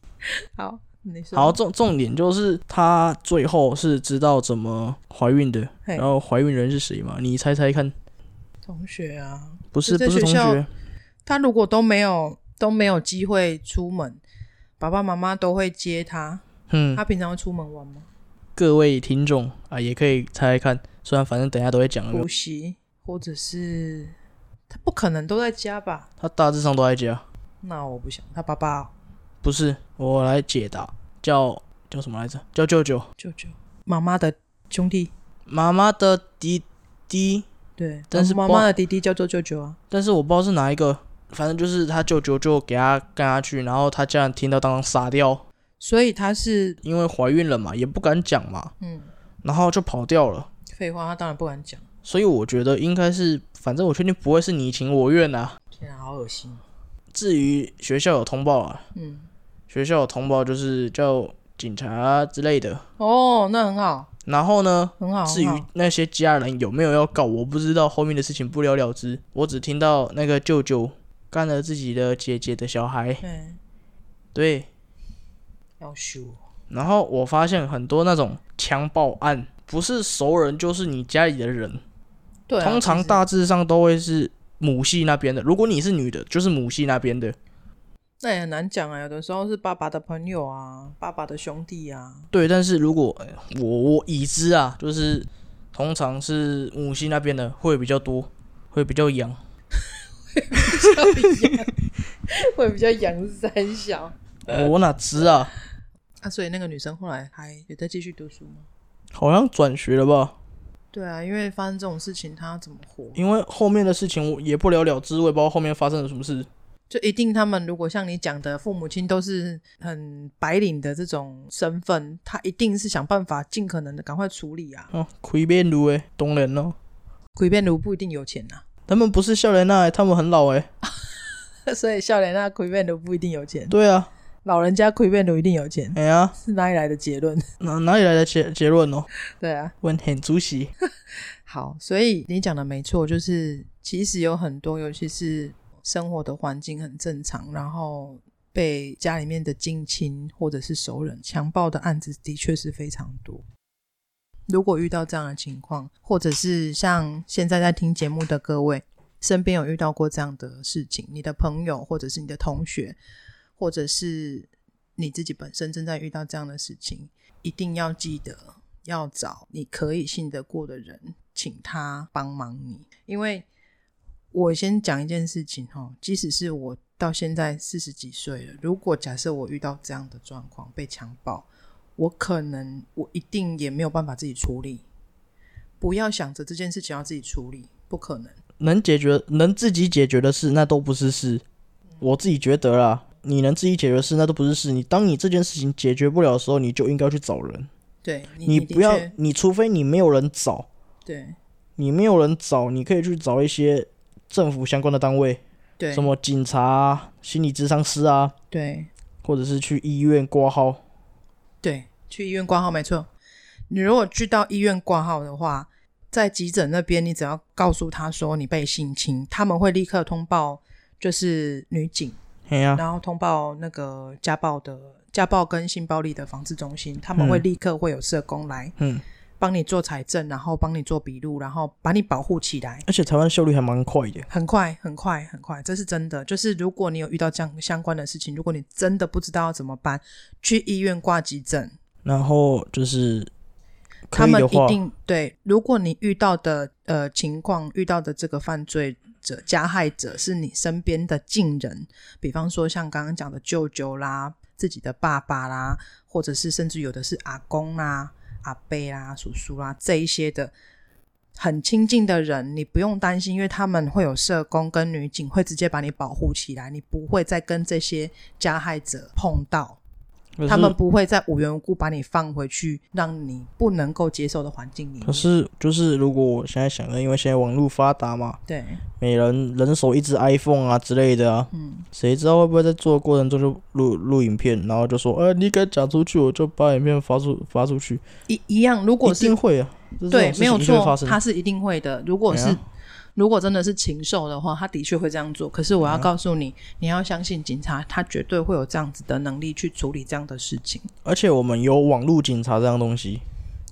A: 好，你说。
B: 好，，重重点就是她最后是知道怎么怀孕的，
A: 嘿
B: 然后怀孕人是谁嘛？你猜猜看，
A: 同学啊，
B: 不是
A: 在
B: 不是
A: 学
B: 同
A: 校
B: 学，
A: 他如果都没有都没有机会出门，爸爸妈妈都会接他。
B: 嗯，
A: 他平常会出门玩吗？
B: 各位听众啊，也可以猜猜看，虽然反正等一下都会讲了
A: 补，习，或者是他不可能都在家吧？
B: 她大致上都在家，
A: 那我不想，他爸哦爸、
B: 不是我来解答，叫叫什么来着？叫舅舅，
A: 舅舅、妈妈的兄弟，
B: 妈妈的弟弟，
A: 对，
B: 但是
A: 妈
B: 不
A: 妈的弟弟叫做舅舅啊。
B: 但是我不知道是哪一个，反正就是他舅舅就给他跟他去，然后他家人听到当场傻掉，
A: 所以他是，
B: 因为怀孕了嘛，也不敢讲嘛，
A: 嗯，
B: 然后就跑掉了。
A: 废话，他当然不敢讲。
B: 所以我觉得应该是，反正我确定不会是你情我愿啊。
A: 天啊，好恶心。
B: 至于学校有通报啊，
A: 嗯，
B: 学校有通报就是叫警察之类的。
A: 哦，那很好，
B: 然后呢，
A: 很好。
B: 至于
A: 很好
B: 那些家人有没有要告，我不知道，后面的事情不了了之。我只听到那个舅舅干了自己的姐姐的小孩，
A: 对，
B: 对。
A: 要修哦。
B: 然后我发现很多那种强暴案，不是熟人就是你家里的人，
A: 对啊、
B: 通常
A: 其实
B: 大致上都会是母系那边的。如果你是女的，就是母系那边的。
A: 那也很难讲啊，有的时候是爸爸的朋友啊，爸爸的兄弟啊，
B: 对，但是如果呃我我已知啊，就是通常是母系那边的会比较多，会比较养。
A: 会比较养三小。
B: 我哪知啊？
A: 啊，所以那个女生后来还有在继续读书吗？
B: 好像转学了吧？
A: 对啊，因为发生这种事情，她要怎么活？
B: 因为后面的事情我也不了了之，我也不知道后面发生了什么事。
A: 就一定他们如果像你讲的，父母亲都是很白领的这种身份，他一定是想办法尽可能的赶快处理 啊。
B: 啊，亏变如诶，当然咯。
A: 鬼变奴不一定有钱啊呐、
B: 他们不是笑脸那，他们很老欸诶。
A: 所以笑脸那鬼变奴不一定有钱，
B: 对啊，
A: 老人家鬼变奴一定有钱，
B: 哎呀，
A: 是哪里来的结论？
B: 哪哪里来的结结论哦？
A: 对啊，
B: 问很主席。
A: 好，所以你讲的没错，就是其实有很多，尤其是生活的环境很正常，然后被家里面的近亲或者是熟人强暴的案子，的确是非常多。如果遇到这样的情况，或者是像现在在听节目的各位，身边有遇到过这样的事情，你的朋友或者是你的同学，或者是你自己本身正在遇到这样的事情，一定要记得要找你可以信得过的人，请他帮忙你。因为我先讲一件事情哈，即使是我到现在四十几岁了，如果假设我遇到这样的状况被强暴，我可能我一定也没有办法自己处理。不要想着这件事情要自己处理，不可能。
B: 能解决能自己解决的事，那都不是事。我自己觉得啦，你能自己解决的事，那都不是事。你当你这件事情解决不了的时候，你就应该去找人。
A: 对你，
B: 你
A: 的
B: 不要
A: 确，
B: 你除非你没有人找，
A: 对
B: 你没有人找，你可以去找一些政府相关的单位，
A: 对
B: 什么警察、啊、心理咨商师啊，
A: 对
B: 或者是去医院挂号。
A: 对，去医院挂号没错。你如果去到医院挂号的话，在急诊那边，你只要告诉他说你被性侵，他们会立刻通报，就是女警，
B: 嘿呀、
A: 然后通报那个家暴的家暴跟性暴力的防治中心，他们会
B: 嗯
A: 立刻会有社工来
B: 嗯，
A: 帮你做财政，然后帮你做笔录，然后把你保护起来。
B: 而且台湾效率还蛮快的。
A: 很快，很快，很快，这是真的。就是如果你有遇到这样相关的事情，如果你真的不知道要怎么办，去医院挂急诊，
B: 然后就是可
A: 他
B: 以
A: 们
B: 的
A: 一
B: 话，
A: 定对。如果你遇到的呃情况，遇到的这个犯罪者、加害者是你身边的近人，比方说像刚刚讲的舅舅啦、自己的爸爸啦，或者是甚至有的是阿公啦、阿伯啦、叔叔啦这一些的。很亲近的人，你不用担心，因为他们会有社工跟女警会直接把你保护起来，你不会再跟这些加害者碰到。
B: 可是
A: 他们不会再无缘无故把你放回去，让你不能够接受的环境里面。
B: 可是就是如果我现在想的，因为现在网络发达嘛，
A: 对，
B: 每人人手一只 iPhone 啊之类的啊，
A: 嗯，
B: 谁知道会不会在做的过程中就录录影片，然后就说，哎，你敢讲出去，我就把影片发出发出去，
A: 一一样，如
B: 一
A: 果是
B: 定会啊，这种
A: 对
B: 事，情
A: 没有
B: 一定会
A: 错
B: 发，生。
A: 他是一定会的。如果是、
B: 哎呀
A: 如果真的是禽兽的话，他的确会这样做。可是我要告诉你，你要相信警察，他绝对会有这样子的能力去处理这样的事情。
B: 而且我们有网络警察这样东西，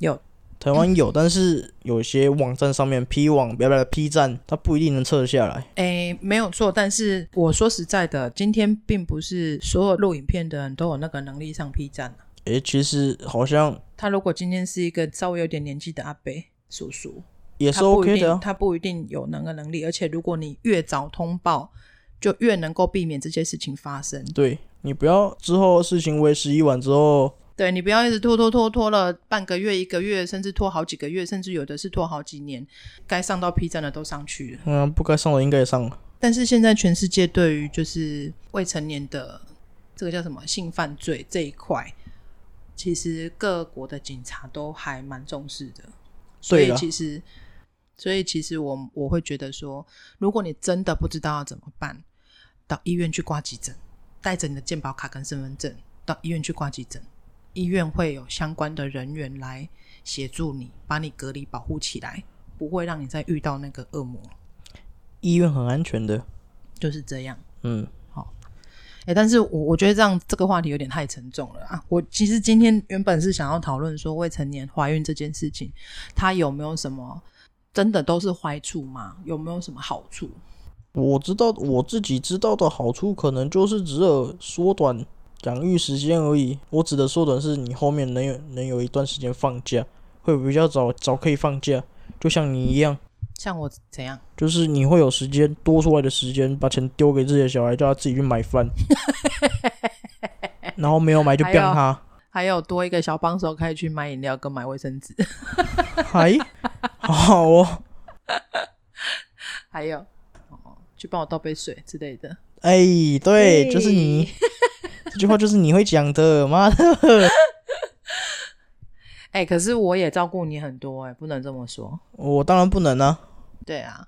A: 有
B: 台湾有，但是有些网站上面 P 网，不要不要 P 站，它不一定能测得下来。
A: 诶，没有错，但是我说实在的，今天并不是所有录影片的人都有那个能力上 P 站、啊、
B: 诶、其实好像
A: 他如果今天是一个稍微有点年纪的阿伯叔叔，
B: 也
A: 他
B: 是
A: 不一
B: OK
A: 定，
B: 的、啊。
A: 他不一定有那个能力，而且如果你越早通报，就越能够避免这些事情发生。
B: 对你不要之后事情为时已晚之后，
A: 对你不要一直拖拖拖拖了半个月、一个月，甚至拖好几个月，甚至有的是拖好几年，该上到 P 站的都上去了。
B: 嗯，不该上的应该也上了。
A: 但是现在全世界对于就是未成年的这个叫什么性犯罪这一块，其实各国的警察都还蛮重视的，所
B: 对
A: 以
B: 啦
A: 其实，所以其实我我会觉得说，如果你真的不知道要怎么办，到医院去挂急诊，带着你的健保卡跟身份证到医院去挂急诊，医院会有相关的人员来协助你，把你隔离保护起来，不会让你再遇到那个恶魔，
B: 医院很安全的，
A: 就是这样。
B: 嗯，
A: 哎、但是我我觉得这样这个话题有点太沉重了啊！我其实今天原本是想要讨论说未成年怀孕这件事情，它有没有什么真的都是坏处吗？有没有什么好处？
B: 我知道我自己知道的好处，可能就是只有缩短养育时间而已。我指的缩短是你后面能有能有一段时间放假，会比较早早可以放假，就像你一样。
A: 像我怎样？
B: 就是你会有时间多出来的时间，把钱丢给自己的小孩，叫他自己去买 饭，然后没有买就
A: 还
B: 变
A: 有
B: 他，
A: 还有多一个小帮手可以去买饮料跟买卫生纸，
B: 还好哎好哦。
A: 还有哦，去帮我倒杯水之类的。
B: 哎、对，
A: 哎
B: 就是 你，这句话就是你会讲的，妈的，
A: 哎、可是我也照顾你很多哎、不能这么说。
B: 我当然不能啊。
A: 对啊，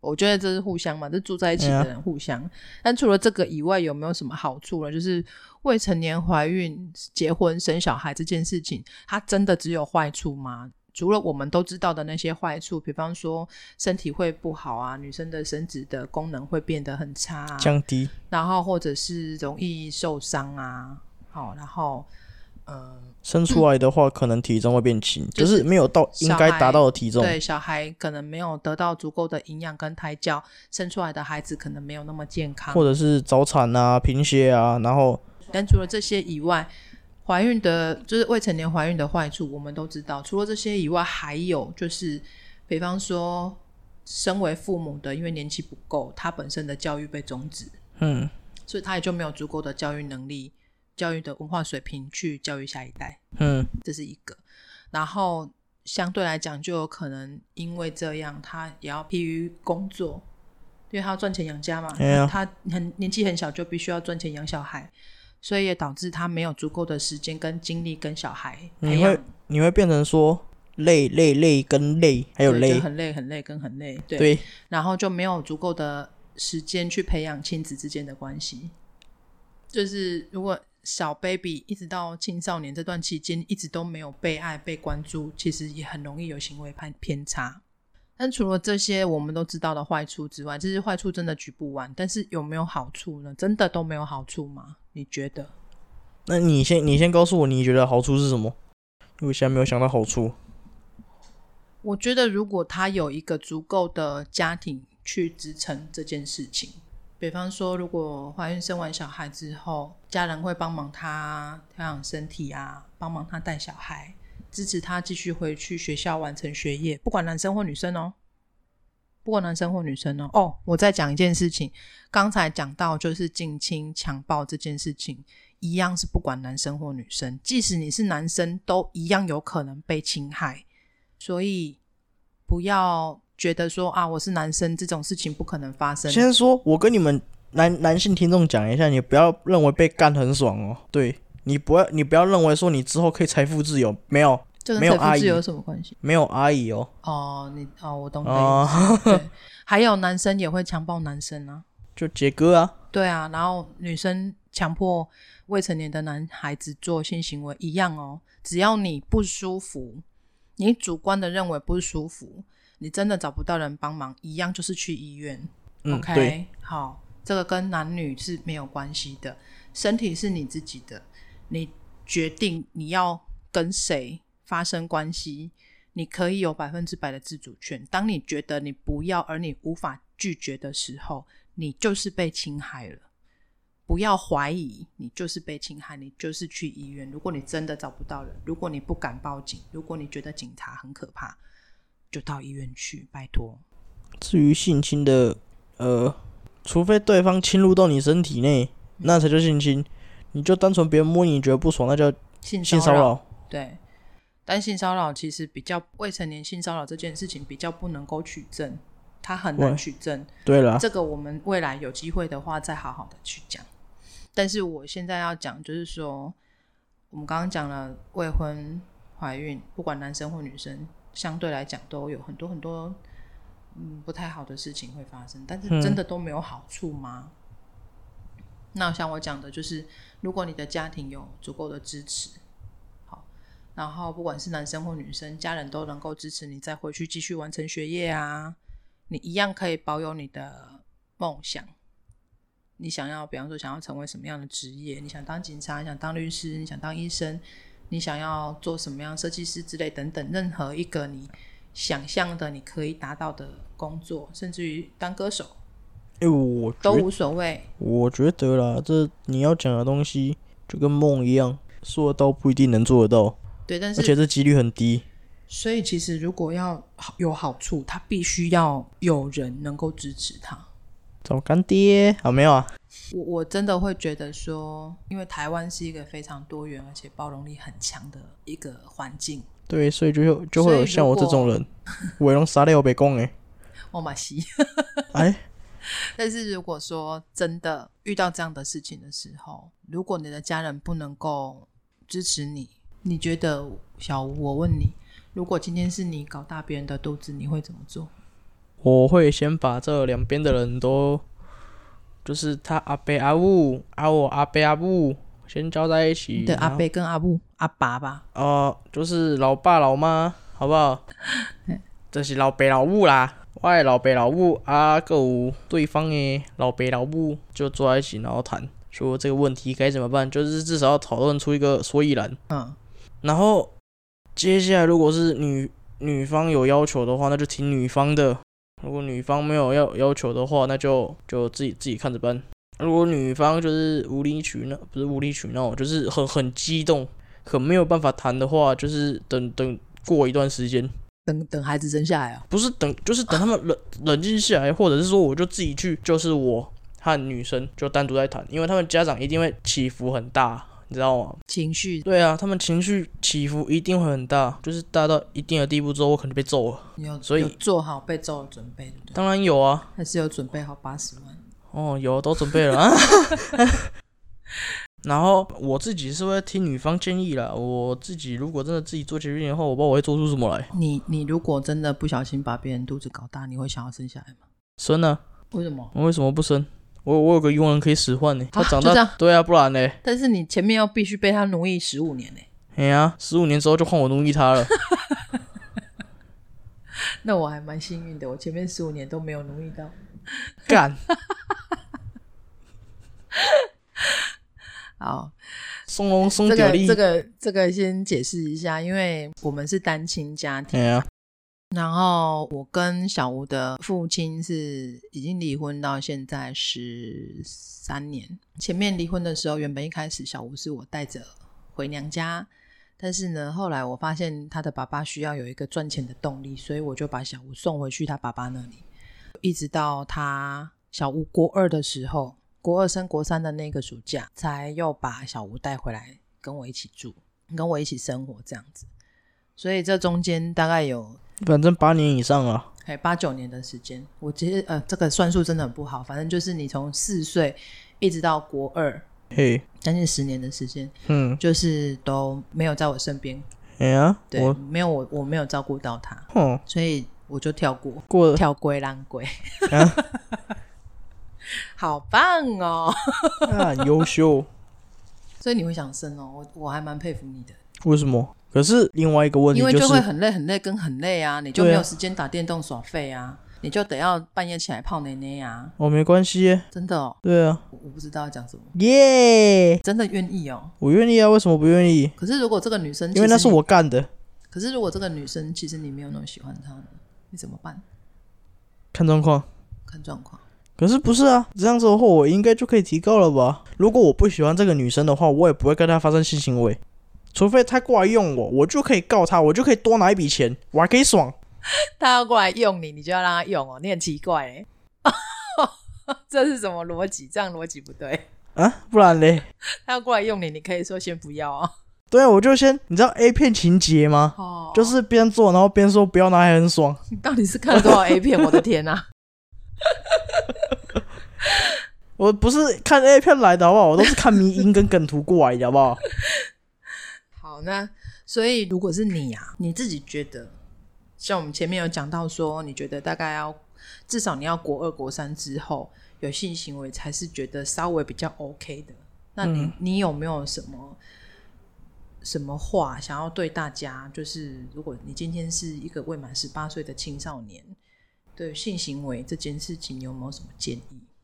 A: 我觉得这是互相嘛，这住在一起的人互相。但除了这个以外，有没有什么好处呢？就是未成年怀孕、结婚、生小孩这件事情，它真的只有坏处吗？除了我们都知道的那些坏处，比方说身体会不好啊，女生的生殖的功能会变得很差、啊，
B: 降低，
A: 然后或者是容易受伤啊，好，然后呃，
B: 生出来的话，可能体重会变轻，就是没有到应该达到的体重。
A: 对小孩可能没有得到足够的营养跟胎教，生出来的孩子可能没有那么健康啊
B: 或。者是早产啊、贫血啊，然后
A: 但除了这些以外，怀孕的就是未成年怀孕的坏处，我们都知道。除了这些以外，还有就是，比方说，身为父母的，因为年纪不够，他本身的教育被终止，
B: 嗯
A: 所以他也就没有足够的教育能力、教育的文化水平去教育下一代。
B: 嗯，
A: 这是一个。然后相对来讲，就有可能因为这样，他也要疲于工作，因为他要赚钱养家嘛。
B: 哎呀
A: 他他很年纪很小就必须要赚钱养小孩，所以也导致他没有足够的时间跟精力跟小孩
B: 你
A: 培养
B: 嗯会你会变成说累累累跟累，还有
A: 对就
B: 累，
A: 很累很累跟很累，对，
B: 对，
A: 然后就没有足够的时间去培养亲子之间的关系。就是如果小 baby 一直到青少年这段期间，一直都没有被爱、被关注，其实也很容易有行为偏偏差。但除了这些我们都知道的坏处之外，这些坏处真的举不完。但是有没有好处呢？真的都没有好处吗？你觉得？
B: 那你先你先告诉我，你觉得好处是什么？因为我现在没有想到好处。
A: 我觉得如果他有一个足够的家庭去支撑这件事情，比方说，如果怀孕生完小孩之后，家人会帮忙他调养身体啊，帮忙他带小孩，支持他继续回去学校完成学业，不管男生或女生哦，不管男生或女生哦。哦，我再讲一件事情，刚才讲到就是近亲强暴这件事情，一样是不管男生或女生，即使你是男生，都一样有可能被侵害。所以不要觉得说啊，我是男生这种事情不可能发生。
B: 先说，我跟你们男男性听众讲一下，你不要认为被干很爽哦。对你不要你不要认为说你之后可以财富自由，没有
A: 这跟
B: 没有
A: 财
B: 阿
A: 富自
B: 姨
A: 由有什么关系？
B: 没有阿姨哦。
A: 哦，你哦，我懂你的意
B: 哦
A: 思。对，还有男生也会强暴男生啊，
B: 就杰哥啊，
A: 对啊，然后女生强迫未成年的男孩子做性行为一样哦，只要你不舒服，你主观的认为不舒服，你真的找不到人帮忙，一样就是去医院。
B: 嗯
A: OK，
B: 对，
A: 好，这个跟男女是没有关系的，身体是你自己的，你决定你要跟谁发生关系，你可以有百分之百的自主权。当你觉得你不要而你无法拒绝的时候，你就是被侵害了。不要怀疑，你就是被侵害，你就是去医院。如果你真的找不到人，如果你不敢报警，如果你觉得警察很可怕，就到医院去，拜托。
B: 至于性侵的，呃，除非对方侵入到你身体
A: 嗯
B: 内，那才叫性侵。你就单纯别人摸你觉得不爽，那叫
A: 性
B: 性
A: 骚
B: 骚扰。
A: 对，但性骚扰其实比较未成年性骚扰这件事情比较不能够取证，它很难
B: 喂
A: 取证。
B: 对了，
A: 这个我们未来有机会的话再好好的去讲。但是我现在要讲就是说，我们刚刚讲了未婚怀孕，不管男生或女生，相对来讲都有很多很多嗯不太好的事情会发生，但是
B: 嗯
A: 真的都没有好处吗？那像我讲的就是，如果你的家庭有足够的支持，好，然后不管是男生或女生，家人都能够支持你再回去继续完成学业啊，你一样可以保有你的梦想。你想要，比方说想要成为什么样的职业？你想当警察，你想当律师，你想当医生，你想要做什么样设计师之类等等，任何一个你想象的你可以达到的工作，甚至于当歌手
B: 哎、我
A: 都
B: 觉
A: 无所谓。
B: 我觉得啦，这你要讲的东西就跟梦一样，说得到不一定能做得到，
A: 对，但
B: 而且
A: 是
B: 这几率很低。
A: 所以其实如果要好有好处，他必须要有人能够支持他。
B: 找干爹啊？没有啊，
A: 我我真的会觉得说，因为台湾是一个非常多元而且包容力很强的一个环境，
B: 对，所以就有就会有
A: 所以
B: 像我这种 人，我用杀掉北贡哎，
A: 我马西。
B: 哎，
A: 但是如果说真的遇到这样的事情的时候，如果你的家人不能够支持你，你觉得小吴，我问你，如果今天是你搞大别人的肚子，你会怎么做？
B: 我会先把这两边的人都，就是他阿伯阿母阿我阿伯阿母先交在一起。
A: 你的阿
B: 然后
A: 伯跟阿布、阿爸吧，
B: 哦、就是老爸老妈，好不 好？这是老爸老母啦，我的老爸老母啊，还有对方的老爸老母就坐在一起，然后谈说这个问题该怎么办，就是至少要讨论出一个所以然。
A: 嗯，
B: 然后接下来如果是女女方有要求的话，那就听女方的；如果女方没有要要求的话，那就就自己自己看着办。如果女方就是无理取闹，不是无理取闹，就是很很激动，很没有办法谈的话，就是等等过一段时间，
A: 等等孩子生下来哦，
B: 不是等，就是等他们冷冷静下来，或者是说我就自己去，就是我和女生就单独在谈，因为他们家长一定会起伏很大，你知道吗？
A: 情绪
B: 对啊，他们情绪起伏一定会很大，就是大到一定的地步之后，我可能被揍了。
A: 你有
B: 所以
A: 有做好被揍的准备，对不对？
B: 当然有啊，
A: 还是有准备好八十万？
B: 哦，有都准备了 啊。然后我自己是会听女方建议啦，我自己如果真的自己做决定的话，我不知道我会做出什么来。
A: 你你如果真的不小心把别人肚子搞大，你会想要生下来吗？
B: 生啊，
A: 为什么？
B: 我为什么不生？我我有个佣人可以使唤呢、他长大、
A: 就这样
B: 对啊，不然呢？
A: 但是你前面要必须被他奴役十五年呢、欸
B: 哎呀，十五年之后就换我奴役他 了。
A: 那我还蛮幸运的，我前面十五年都没有奴役到。
B: 干，
A: 好，
B: 松龙松
A: 这
B: 屌
A: 个
B: 力
A: 这，个这个先解释一下，因为我们是单亲家庭，
B: 哎呀，
A: 然后我跟小吴的父亲是已经离婚到现在十三年。前面离婚的时候，原本一开始小吴是我带着回娘家，但是呢，后来我发现他的爸爸需要有一个赚钱的动力，所以我就把小吴送回去他爸爸那里，一直到他小吴国二的时候，国二升国三的那个暑假，才又把小吴带回来跟我一起住，跟我一起生活这样子。所以这中间大概有
B: 反正八年以上啊了，
A: 哎，八九年的时间，我其实呃，这个算术真的很不好。反正就是你从四岁一直到国二，
B: 嘿，
A: 将近十年的时间，
B: 嗯，
A: 就是都没有在我身边，
B: 哎呀，
A: 对，
B: 我，
A: 没有我，我没有照顾到他，
B: 哼，
A: 所以我就跳过，
B: 过了，
A: 跳龟浪龟，
B: 啊
A: 好棒哦！
B: 啊，很优秀，
A: 所以你会想生哦，我我还蛮佩服你的，
B: 为什么？可是另外一个问题
A: 因为
B: 就
A: 就会
B: 是，
A: 很累很累跟很累啊，你就
B: 对啊
A: 没有时间打电动耍废啊，你就得要半夜起来泡奶奶啊，
B: 哦，没关系耶，
A: 真的、哦，
B: 对啊，
A: 我我不知道要讲什么。
B: 耶，
A: 真的愿意哦。
B: 我愿意啊，为什么不愿意？
A: 可是如果这个女生，
B: 因为那是
A: 其实你，
B: 我干的，
A: 可是如果这个女生其实你没有那么喜欢她呢，你怎么办？
B: 看状况。
A: 看状况。
B: 可是不是啊？这样子的话，我应该就可以提高了吧？如果我不喜欢这个女生的话，我也不会跟她发生性行为，除非她过来用我，我就可以告她，我就可以多拿一笔钱，我还可以爽。
A: 她要过来用你，你就要让她用哦，你很奇怪哎， 这是什么逻辑？这样逻辑不对。
B: 啊，不然嘞？
A: 她要过来用你，你可以说先不要啊。
B: 对啊，我就先，你知道 A 片情节吗？
A: 哦
B: 就是边做然后边说不要拿，还很爽。
A: 你到底是看了多少 A 片？我的天啊！
B: 我不是看 A 片来的好不好？我都是看迷音跟梗图过来的好 不好？
A: 好，那所以如果是你啊，你自己觉得，像我们前面有讲到说，你觉得大概要至少你要国二、国三之后有性行为才是觉得稍微比较 OK 的。那你、你有没有什么什么话想要对大家？就是如果你今天是一个未满十八岁的青少年，对于性行为这件事情，你有没有什么建议？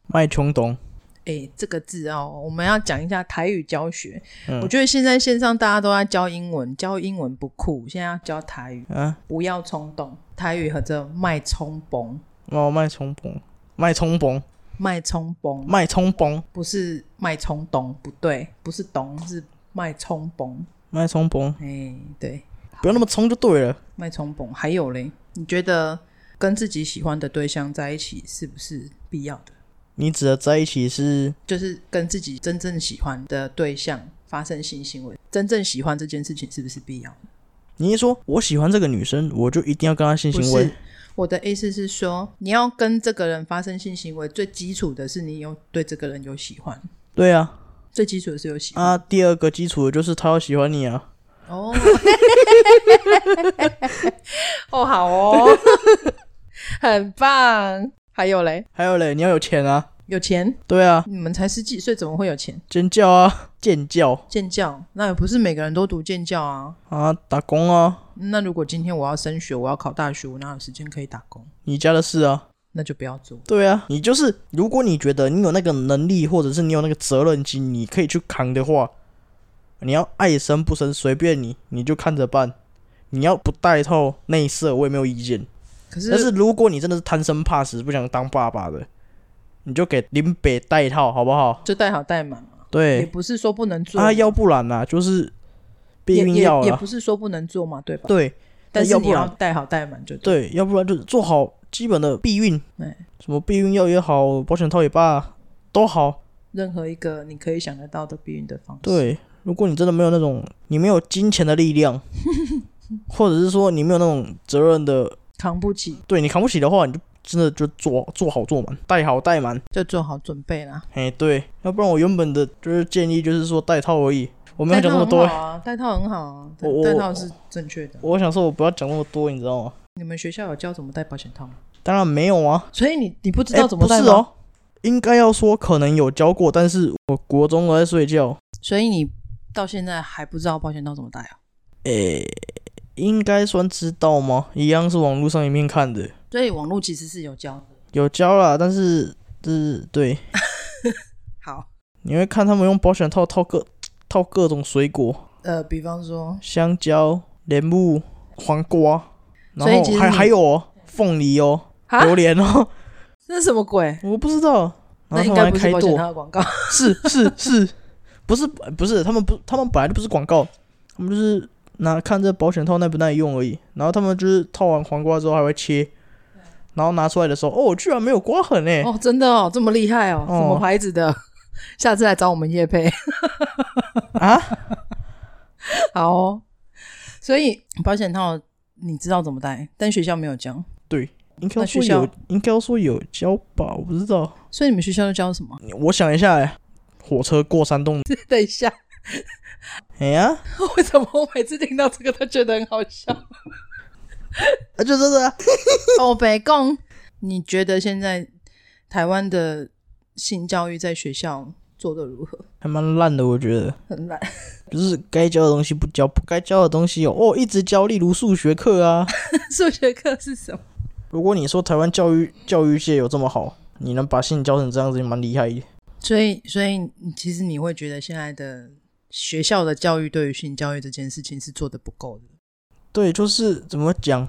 B: 卖穷懂，
A: 哎，这个字哦，我们要讲一下台语教学。我觉得现在线上大家都在教英文，教英文不酷，现在要教台语，
B: 啊，
A: 不要冲动。台语和这卖冲崩，
B: 哦，卖冲崩，卖冲崩，
A: 卖冲崩
B: 卖冲崩，
A: 不是卖冲动，不对，不是懂，是卖冲崩。
B: 卖冲崩，
A: 哎，对，
B: 不要那么冲就对了。
A: 卖冲崩。还有嘞，你觉得跟自己喜欢的对象在一起是不是必要的？
B: 你指的在一起是
A: 就是跟自己真正喜欢的对象发生性行为，真正喜欢这件事情是不是必要的？
B: 你一说我喜欢这个女生，我就一定要跟她性
A: 不
B: 行为
A: 是，我的意思是说，你要跟这个人发生性行为，最基础的是你有对这个人有喜欢，
B: 对啊，
A: 最基础的是有喜欢。
B: 啊，第二个基础的就是她要喜欢你啊。
A: 哦， 哦，好 哦，很棒。还有嘞，
B: 还有嘞，你要有钱啊，
A: 有钱？
B: 对啊，
A: 你们才十几岁，怎么会有钱？
B: 尖叫啊，尖叫
A: 建教，那也不是每个人都读建教啊。
B: 啊，打工啊，
A: 那如果今天我要升学，我要考大学，我哪有时间可以打工？
B: 你家的事啊，
A: 那就不要做。
B: 对啊，你就是如果你觉得你有那个能力，或者是你有那个责任心，你可以去扛的话，你要爱生不生随便你，你就看着办。你要不带套内射，我也没有意见。
A: 可
B: 但是
A: 是，
B: 如果你真的是贪生怕死，不想当爸爸的，你就给林北带套，好不好？
A: 就带好带满嘛，
B: 对，
A: 也不是说不能做
B: 啊，要不然呢、就是避
A: 也
B: 孕
A: 也
B: 药
A: 也
B: 啦
A: 不，是说不能做嘛，对吧？
B: 对，
A: 但是
B: 要
A: 你
B: 不
A: 要
B: 然
A: 带好带满就。
B: 对，要不然就是做好基本的避孕
A: 对，
B: 什么避孕药也好，保险套也罢，都好。
A: 任何一个你可以想得到的避孕的方式。，
B: 对，如果你真的没有那种，你没有金钱的力 量，或者是说你没有那种责任的，
A: 扛不起
B: 对你扛不起的话，你就真的就做做好做满，带好带满。
A: 就做好准备啦。
B: 哎，对，要不然我原本的就是建议就是说带套而已，我没有讲那么多
A: 戴套很。好啊，戴套很好啊，
B: 我我
A: 戴套是正确的。
B: 我想说，我不要讲那么多，你知道吗？
A: 你们学校有教怎么戴保险套吗？
B: 当然没有啊，
A: 所以你你不知
B: 哎
A: 道怎么
B: 不
A: 戴
B: 是
A: 吗？
B: 哦，应该要说可能有教过，但是我国中都在睡觉，
A: 所以你到现在还不知道保险套怎么戴哦。
B: 诶、应该算知道吗？一样是网络上一面看的，
A: 所以网络其实是有教的。
B: 有教啦，但是就是对，
A: 好，
B: 你会看他们用保险套套各套各种水果，
A: 呃，比方说，
B: 香蕉、莲雾、黄瓜，然
A: 所以
B: 后
A: 其实
B: 还
A: 你
B: 还有哦，凤梨哦，
A: 啊
B: 榴莲哦，
A: 这是什么鬼？
B: 我不知道。然
A: 那
B: 后
A: 应
B: 他们
A: 该
B: 还开
A: 不是保险
B: 剁，
A: 套的广告。
B: 是是是，不是不是，他们不，他们本来就不是广告，他们就是拿看这保险套耐不耐用而已。然后他们就是套完黄瓜之后还会切，然后拿出来的时候，哦，居然没有刮痕诶、
A: 哦，真的哦，这么厉害哦，
B: 哦
A: 什么牌子的？ 下次来找我们叶 配。
B: 啊，
A: 好哦、所以保险套你知道怎么戴，但学校没有教，
B: 应该
A: 那
B: 说
A: 学校
B: 有，应该说有胶吧，我不知道。
A: 所以你们学校都教什么？
B: 我想一下、欸，火车过山洞，
A: 等一下，
B: 哎呀、
A: 为什么我每次听到这个都觉得很好笑？
B: 啊，就真的啊、
A: 哦，北贡，你觉得现在台湾的性教育在学校做的如何？
B: 还蛮烂的，我觉得。
A: 很烂，
B: 就是该教的东西不教，不该教的东西哦，哦一直教，例如数学课啊。
A: 数学课是什么？
B: 如果你说台湾教育教育界有这么好，你能把性教成这样子，也蛮厉害的。
A: 所以，所以你其实你会觉得现在的学校的教育对于性教育这件事情是做的不够的。
B: 对，就是怎么讲，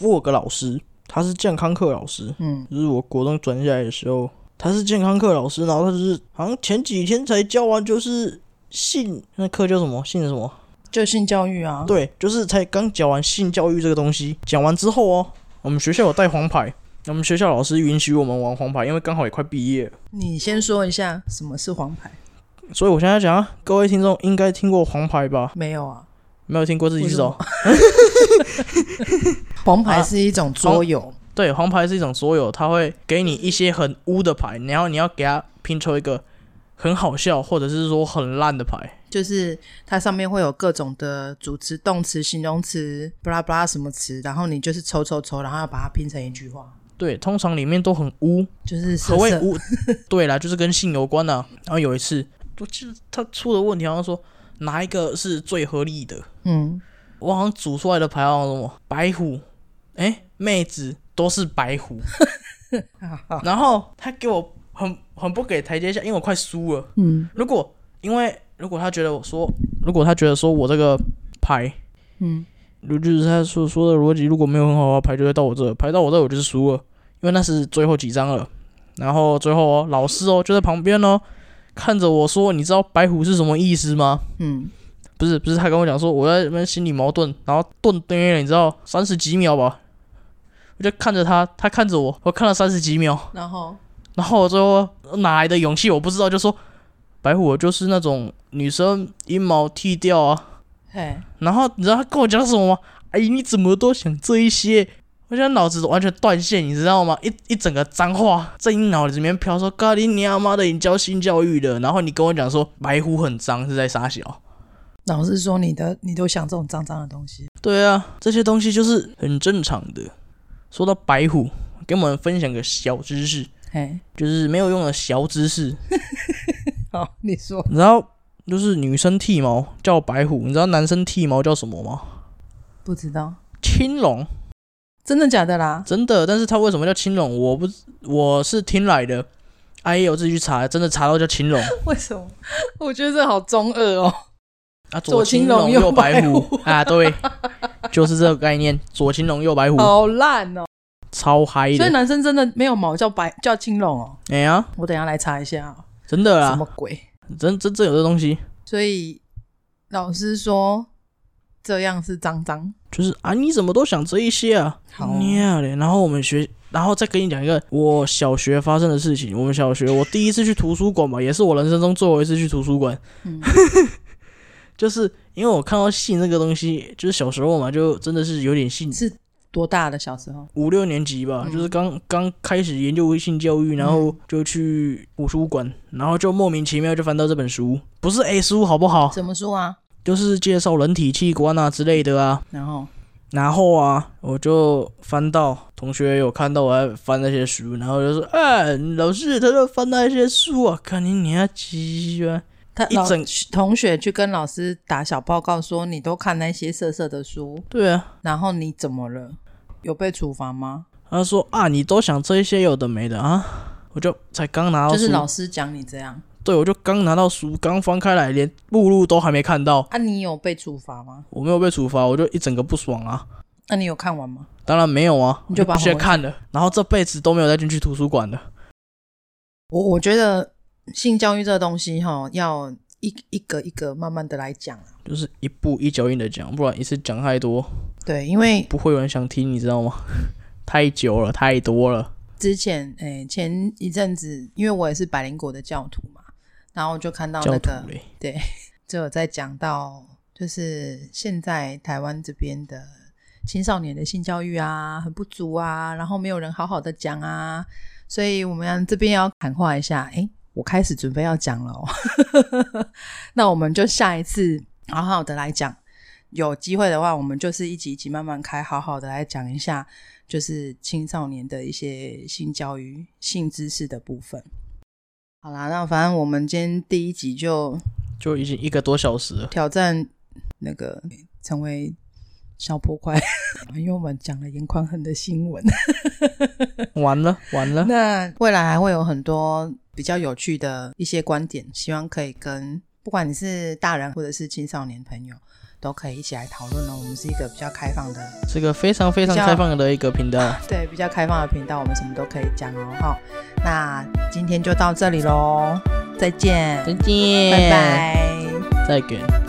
B: 我有个老师，他是健康课老师，
A: 嗯，
B: 就是我国中转下来的时候，他是健康课老师，然后他就是好像前几天才教完，就是性那课叫什么性什么。
A: 就性教育啊，
B: 对，就是才刚讲完性教育这个东西，讲完之后哦，我们学校有带黄牌，我们学校老师允许我们玩黄牌，因为刚好也快毕业了，
A: 你先说一下什么是黄牌？
B: 所以我现在讲啊，各位听众应该听过黄牌吧？
A: 没有啊，
B: 没有听过自己去找。
A: 黄牌是一种桌游，
B: 对，黄牌是一种桌游，它会给你一些很污的牌，然后你要给它拼凑一个很好笑或者是说很烂的牌。
A: 就是它上面会有各种的主词、动词、形容词，巴拉巴拉什么词，然后你就是抽抽抽，然后要把它拼成一句话，对
B: 对，通常里面都很污，
A: 就是色
B: 何谓
A: 色
B: 污？ 对啦，就是跟性有关的、然后有一次，我记得他出的问题好像说哪一个是最合理的，
A: 嗯，
B: 我好像煮出来的牌好像什么白虎，哎、妹子都是白虎。
A: 嗯
B: 然后他给我很很不给台阶下，因为我快输了。嗯，如果因为如果他觉得我说，如果他觉得说我这个牌，
A: 嗯，
B: 如就是他所说的逻辑，如果没有很好的话，牌就会到我这，牌到我这我就是输了，因为那是最后几张了。然后最后哦，老师哦就在旁边哦，看着我说，你知道白虎是什么意思吗？
A: 嗯，
B: 不是不是，他跟我讲说我在那边心里矛盾，然后顿顿了，你知道三十几秒吧？我就看着他，他看着我，我看了三十几秒，
A: 然后
B: 然后我最后哪来的勇气我不知道，就说白虎就是那种女生阴毛剃掉啊。
A: 嘿，
B: 然后你知道他跟我讲什么吗？哎，你怎么都想这一些？我现在脑子完全断线，你知道吗？一一整个脏话在你脑子里面飘，说咖喱你阿妈的，你教性教育的，然后你跟我讲说白虎很脏是在傻小。
A: 老师说你的你都想这种脏脏的东西，
B: 对啊，这些东西就是很正常的。说到白虎，给我们分享个小知识，
A: 嘿，
B: 就是没有用的小知识。
A: 好，你说
B: 你知道，就是女生剃毛叫白虎，你知道男生剃毛叫什么吗？
A: 不知道
B: 青龙，
A: 真的假的啦？
B: 真的。但是它为什么叫青龙？我不，我是听来的。阿姨，我自己去查，真的查到叫青龙
A: 为什么？我觉得这好中二哦。
B: 啊，
A: 左青
B: 青
A: 龙
B: 龙
A: 右
B: 右白
A: 白
B: 虎啊，对，就是这个概念，左青龙右白虎，
A: 好烂哦！
B: 超嗨
A: 所以
B: 的。
A: 男生真的没有毛叫白叫青龙哦。
B: 哎呀，
A: 我等一下来查一下、哦，
B: 真的
A: 什
B: 啦
A: 么，鬼？
B: 真真真有这东西。
A: 所以老师说这样是脏脏，
B: 就是啊，你怎么都想这一些啊？
A: 好哦
B: 呀嘞！然后我们学，然后再跟你讲一个我小学发生的事情。我们小学，我第一次去图书馆吧，也是我人生中最后一次去图书馆。
A: 嗯
B: 就是因为我看到性这个东西，就是小时候嘛，就真的是有点性。
A: 是多大的小时候？
B: 五六年级吧，
A: 嗯
B: 就是刚刚开始研究性教育，然后就去图书馆，然后就莫名其妙就翻到这本书，不是 A 书好不好？
A: 怎么说啊？
B: 就是介绍人体器官啊之类的啊。
A: 然后
B: 然后啊，我就翻到同学有看到我在翻那些书，然后就说：“哎、老师，他在翻那些书啊，看你你要急啊！”
A: 他
B: 一
A: 老
B: 整
A: 同学去跟老师打小报告说，你都看那些色色的书，
B: 对啊，
A: 然后你怎么了？有被处罚吗？
B: 他说：“啊，你都想这一些有的没的啊！”我就才刚拿到
A: 就
B: 书，
A: 是老师讲你这样
B: 对我就刚拿到书，刚翻开来，连目录都还没看到，
A: 啊？你有被处罚吗？
B: 我没有被处罚，我就一整个不爽啊！
A: 那、你有看完吗？
B: 当然没有啊，
A: 你就把它
B: 我先
A: 还回去
B: 看了，然后这辈子都没有再进去图书馆的。
A: 我我觉得性教育这个东西哈、要一一个一个慢慢的来讲啊。
B: 就是一步一脚印的讲，不然一次讲太多，
A: 对，因为
B: 不会有人想听，你知道吗？ 太久了，太多了。
A: 之前诶、前一阵子，因为我也是百灵果的教徒嘛，然后我就看到哦那
B: 教徒
A: 个
B: 嘞，
A: 对，就有在讲到，就是现在台湾这边的青少年的性教育啊，很不足啊，然后没有人好好的讲啊，所以我们这边要喊话一下，诶，我开始准备要讲了、哦， 那我们就下一次好好的来讲。有机会的话，我们就是一集一集慢慢开，好好的来讲一下，就是青少年的一些性教育、性知识的部分。好啦，那反正我们今天第一集就
B: 就已经一个多小时了。
A: 挑战那个成为小破块， 因为我们讲了严宽恒的新闻。
B: 完了，完了，
A: 那未来还会有很多比较有趣的一些观点，希望可以跟不管你是大人或者是青少年朋友，都可以一起来讨论哦。我们是一个比较开放的，
B: 这个非常非常
A: 比较
B: 开放的一个频道。
A: 对，比较开放的频道，我们什么都可以讲哦。好，那今天就到这里喽，再见，
B: 再见，
A: 拜拜。
B: 再见。